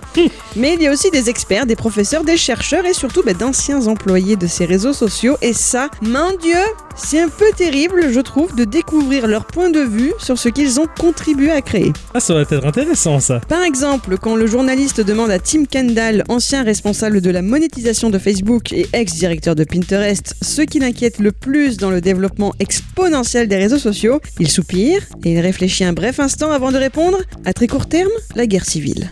Mais il y a aussi des experts, des professeurs, des chercheurs et surtout bah, d'anciens employés de ces réseaux sociaux. Et ça, mon Dieu, c'est un peu terrible, je trouve, de découvrir leur point de vue sur ce qu'ils ont contribué à créer.
Ah, ça va être intéressant ça.
Par exemple, quand le journaliste demande à Tim Kendall, ancien responsable de la monétisation de Facebook et ex-directeur de Pinterest, ce qui l'inquiète le plus dans le développement exponentiel des réseaux sociaux, il soupire et il réfléchit un bref instant avant de répondre à très court terme, la guerre civile.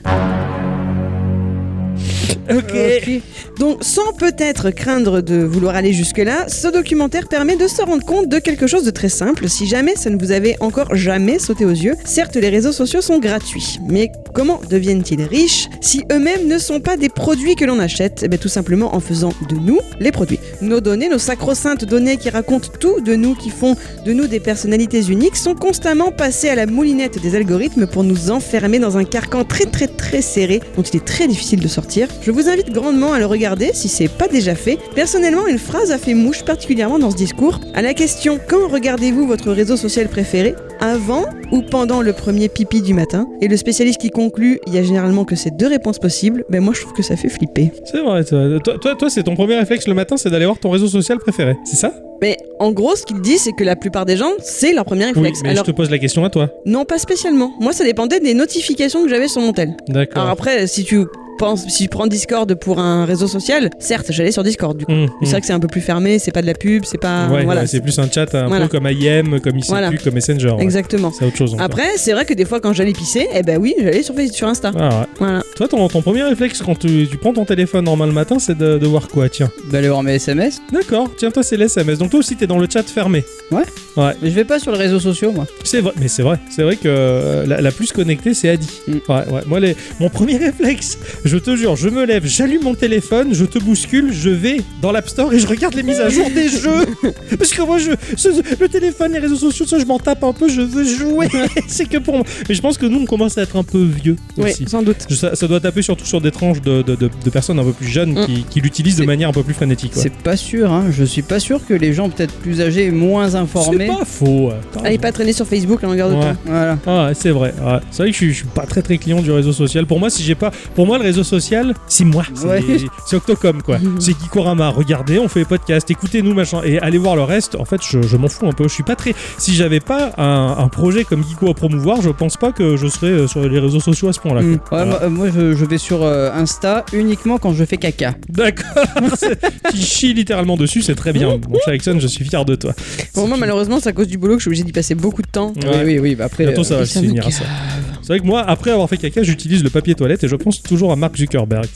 Ok. Donc, sans peut-être craindre de vouloir aller jusque-là, ce documentaire permet de se rendre compte de quelque chose de très simple. Si jamais ça ne vous avait encore jamais sauté aux yeux, certes, les réseaux sociaux sont gratuits. Mais comment deviennent-ils riches si eux-mêmes ne sont pas des produits que l'on achète Eh bien, Tout simplement en faisant de nous les produits. Nos données, nos sacro-saintes données qui racontent tout de nous, qui font de nous des personnalités uniques, sont constamment passées à la moulinette des algorithmes pour nous enfermer dans un carcan très très très serré dont il est très difficile de sortir. Je vous invite grandement à le regarder si c'est pas déjà fait. Personnellement, une phrase a fait mouche particulièrement dans ce discours. À la question quand regardez-vous votre réseau social préféré avant ou pendant le premier pipi du matin Et le spécialiste qui conclut, il y a généralement que ces deux réponses possibles, mais moi je trouve que ça fait flipper.
C'est vrai. Toi, toi, toi, toi, c'est ton premier réflexe le matin, c'est d'aller voir ton réseau social préféré. C'est ça
Mais en gros, ce qu'il dit, c'est que la plupart des gens, c'est leur premier réflexe.
Oui, mais
Alors,
je te pose la question à toi.
non, pas spécialement. Moi, ça dépendait des notifications que j'avais sur mon tel. Alors
D'accord.
après, si tu penses, si tu prends Discord pour un réseau social, certes, j'allais sur Discord du coup.
Hum,
Mais C'est
hum.
vrai que c'est un peu plus fermé, c'est pas de la pub, c'est pas
ouais,
voilà.
ouais, c'est plus un chat un
Voilà.
peu comme IM, comme ICQ,
Voilà.
comme Messenger. ouais.
Exactement.
C'est autre chose. encore.
Après, c'est vrai que des fois quand j'allais pisser, eh ben oui, j'allais sur Facebook, sur Insta.
Ah ouais.
Voilà.
Toi, ton, ton premier réflexe quand tu, tu prends ton téléphone normal le matin, c'est de, de voir quoi Tiens.
d'aller Bah, voir mes SMS.
D'accord, tiens, toi, c'est les SMS. Donc, toi aussi, t'es dans le chat fermé.
Mais je vais pas sur les réseaux sociaux, moi.
C'est vrai, mais c'est vrai. C'est vrai que euh, la, la plus connectée, c'est Adi.
Mm.
Ouais, ouais. Moi, les, mon premier réflexe, je te jure, je me lève, j'allume mon téléphone, je te bouscule, je vais dans l'App Store et je regarde les mises à jour des jeux. Parce que moi, je, ce- ce- le téléphone, les réseaux sociaux, ça, je m'en tape un peu, je veux jouer. c'est que pour moi. Mais je pense que nous, on commence à être un peu vieux
Oui,
aussi.
sans doute.
Je- Ça, ça doit taper surtout sur des tranches de, de- de- de personnes un peu plus jeunes
Mm.
qui, qui l'utilisent de
C'est-
manière un peu plus frénétique. ouais.
C'est pas sûr, hein. Je suis pas sûr que les gens peut-être plus âgés et moins
C'est
informés.
pas faux. ouais. T'as
Allez pas traîner sur Facebook à longueur de
Ouais.
temps.
Voilà.
Ah ouais, c'est vrai. ouais. C'est vrai que je suis, je suis pas très très client du réseau social. Pour moi, si j'ai pas, pour moi le réseau social, c'est moi. C'est
Ouais.
c'est Octocom quoi. c'est Gikorama. Regardez, on fait les podcasts, écoutez-nous machin et allez voir le reste. En fait, je, je m'en fous un peu. Je suis pas très. Si j'avais pas un, un projet comme Geeko à promouvoir, je pense pas que je serais euh, sur les réseaux sociaux à ce point-là. quoi.
Mm. Ouais, Moi, euh, moi, je, je vais sur euh, Insta uniquement quand je fais caca.
D'accord. C'est- tu chies littéralement dessus, c'est très bien. Mon cher Ixon, je suis fier de toi.
Pour moi, malheureusement, c'est à cause du boulot que je suis obligée d'y passer beaucoup de temps.
Ouais.
Oui, oui, oui. bah après,
Bientôt
euh,
ça va se finir hein, ça. C'est vrai que moi, après avoir fait caca, j'utilise le papier toilette et je pense toujours à Mark Zuckerberg.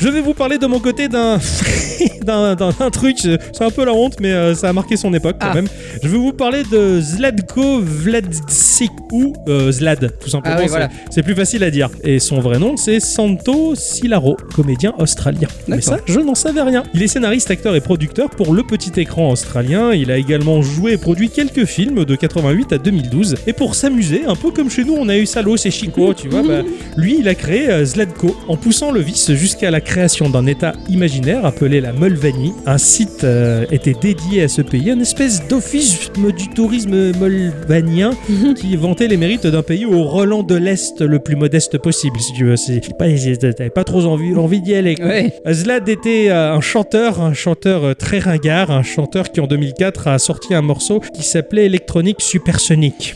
je vais vous parler de mon côté d'un d'un d'un- d'un truc, euh, c'est un peu la honte, mais euh, ça a marqué son époque quand
Ah.
même. Je vais vous parler de Zladko Vladzik ou euh, Zlad, tout simplement.
Ah oui,
c'est-
voilà.
C'est plus facile à dire. Et son vrai nom, c'est Santo Silaro, comédien australien. Mais ça,
D'accord.
je n'en savais rien. Il est scénariste, acteur et producteur pour le petit écran australien. Il a également joué et produit quelques films de 88 à 2012. Et pour s'amuser, un peu comme chez nous, on a a eu Salo, c'est
Mmh.
Chico, tu vois. bah, lui, il a créé euh, Zlatko en poussant le vice jusqu'à la création d'un état imaginaire appelé la Molvanie. Un site euh, était dédié à ce pays, une espèce d'office du tourisme molvanien qui vantait les mérites d'un pays au Roland de l'Est le plus modeste possible, si tu veux. C'est pas, t'avais pas trop envie, envie d'y aller. quoi.
Ouais.
Zlad était euh, un chanteur, un chanteur euh, très ringard, un chanteur qui en 2004 a sorti un morceau qui s'appelait Electronic Supersonic.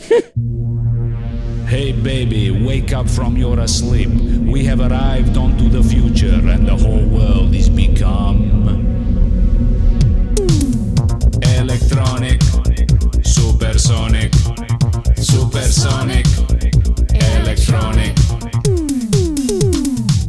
Hey baby, wake up from your asleep. We have arrived onto the future and the whole world is become electronic, supersonic, supersonic, electronic.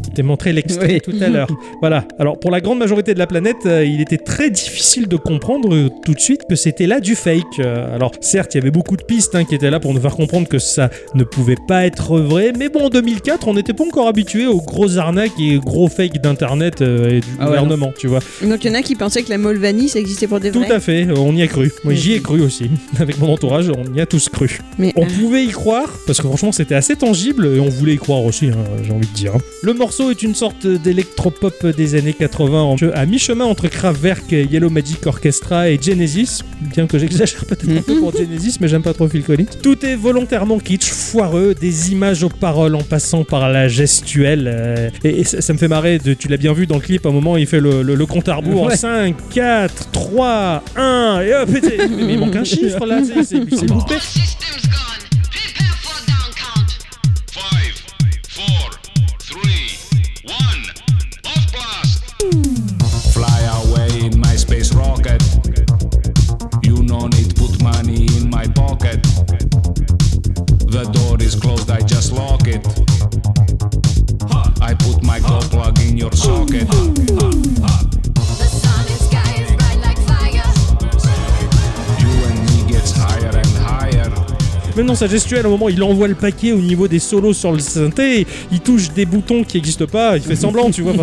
Je t'ai montré l'extrait
Oui.
tout à l'heure. Voilà. Alors pour la grande majorité de la planète, euh, il était très difficile de comprendre euh, tout de suite que c'était là du fake. Euh, alors certes, il y avait beaucoup de pistes hein, qui étaient là pour nous faire comprendre que ça ne pouvait pas être vrai, mais bon, en 2004, on n'était pas encore habitué aux gros arnaques et gros fakes d'internet euh, et du
Ah ouais,
gouvernement, tu vois.
Donc il y en a qui pensaient que la Molvanie, ça existait pour des
Tout
vrais.
à fait, euh, on y a cru. Moi, j'y ai cru aussi. Avec mon entourage, on y a tous cru.
Mais
On pouvait y croire, parce que franchement, c'était assez tangible et on voulait y croire aussi, hein, j'ai envie de dire. Le morceau est une sorte d'électropop des années 80, en- à mi-chemin entre Kraftwerk, et Yellow Magic Orchestra et Genesis, bien que j'exagère peut-être un peu pour Genesis, mais j'aime pas trop Phil Collins. Tout est volontairement kitsch, foireux, des images aux paroles en passant par la gestuelle. euh, et et ça, ça me fait marrer, de- tu l'as bien vu dans le clip, à un moment, il fait le, le- le compte à rebours en
Ouais.
5, 4, 3, 1, et hop, et t'es- mais il manque un chiffre là, c'est- c'est c'est loupé.
Five, four, three, one, off blast! Fly away in my space rocket. You no need put money in my pocket. The door is closed, I just lock it. I put my go plug in your socket.
The sun and sky is bright like fire.
You and me gets higher and higher.
Même dans sa gestuelle, au moment il envoie le paquet au niveau des solos sur le synthé, il touche des boutons qui n'existent pas, il fait semblant, tu vois. Enfin,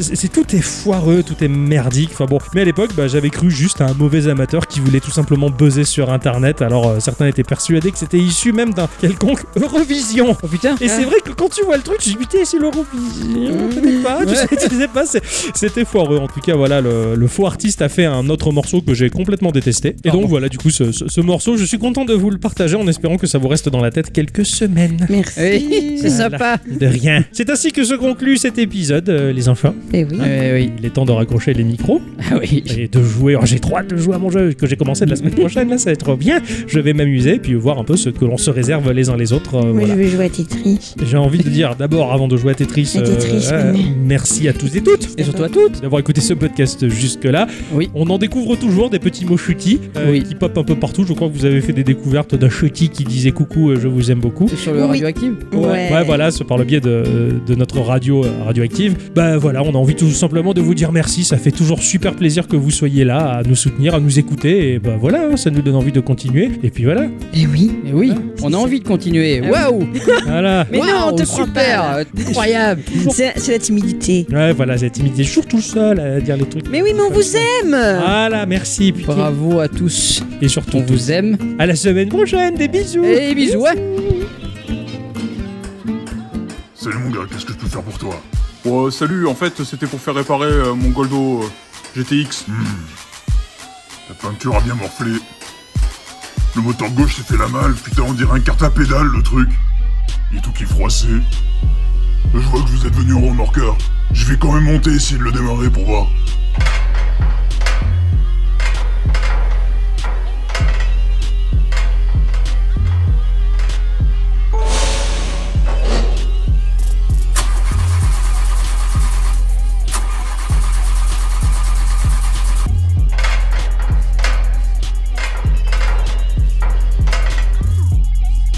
c'est, c'est- tout est foireux, tout est merdique. Enfin bon, mais à l'époque, bah, j'avais cru juste à un mauvais amateur qui voulait tout simplement buzzer sur Internet. Alors euh, certains étaient persuadés que c'était issu même d'un quelconque Eurovision.
Oh putain. Mmh.
Et c'est vrai que quand tu vois le truc, tu dis putain, c'est l'Eurovision, peut-être pas, tu, sais, tu sais pas, c'est- c'était foireux. En tout cas, voilà, le, le faux artiste a fait un autre morceau que j'ai complètement détesté. Et donc voilà, du coup, ce, ce- ce morceau, je suis content de vous le partager en espérant que ça vous reste dans la tête quelques semaines.
merci.
Oui, c'est
Voilà.
sympa.
De rien. C'est ainsi que se conclut cet épisode, euh, les enfants.
Eh oui.
Eh oui.
Il est temps de raccrocher les micros
Ah oui.
et de jouer. Oh, j'ai trop hâte de jouer à mon jeu que j'ai commencé de la semaine prochaine. Là, ça va être bien. Je vais m'amuser puis voir un peu ce que l'on se réserve les uns les autres. euh,
Moi,
voilà.
je vais jouer à Tetris.
J'ai envie de dire d'abord, avant de jouer à Tetris, euh,
À Tetris, oui.
merci à tous et toutes
Et surtout à toutes.
d'avoir écouté ce podcast jusque-là.
Oui.
On en découvre toujours des petits mots chutis euh,
Oui.
qui popent un peu partout. Je crois que vous avez fait des découvertes d'un chutis qui disait coucou, euh, je vous aime beaucoup.
Sur le
Oui.
radioactive.
voilà, c'est par le biais de, de notre radio euh, radioactive. Bah voilà, on a envie tout simplement de vous dire merci. Ça fait toujours super plaisir que vous soyez là à nous soutenir, à nous écouter. Et bah voilà, hein, ça nous donne envie de continuer. Et puis voilà.
Eh oui.
Et oui, on a envie de continuer. Waouh.
voilà.
Ah Mais non, on te
Waouh,
croit
super.
pas.
Incroyable.
C'est c'est la timidité.
Ouais, voilà, cette timidité. Je suis Toujours tout seul à dire les trucs.
Mais oui, mais on vous aime.
Voilà, merci. puis-
Bravo à tous.
Et surtout,
On vous aime.
à la semaine prochaine. Des bisous.
Eh,
Et bisous. ouais.
Salut mon gars, qu'est-ce que je peux faire pour toi
Ouais, salut, en fait, c'était pour faire réparer euh, mon Goldo euh, GTX.
Hmm. La peinture a bien morflé. Le moteur gauche s'est fait la malle, putain, on dirait un carte à pédale le truc. Il est tout qui est froissé. Je vois que vous êtes venu en remorqueur. Je vais quand même monter essayer de le démarrer pour voir.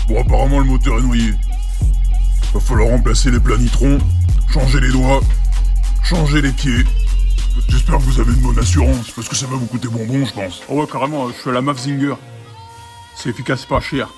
Bon, apparemment, le moteur est noyé. Va falloir remplacer les plats nitrons, changer les doigts, changer les pieds. J'espère que vous avez une bonne assurance, parce que ça va vous coûter bonbon, je pense.
Oh ouais, carrément, euh, je suis à la Mafzinger. C'est efficace, pas cher.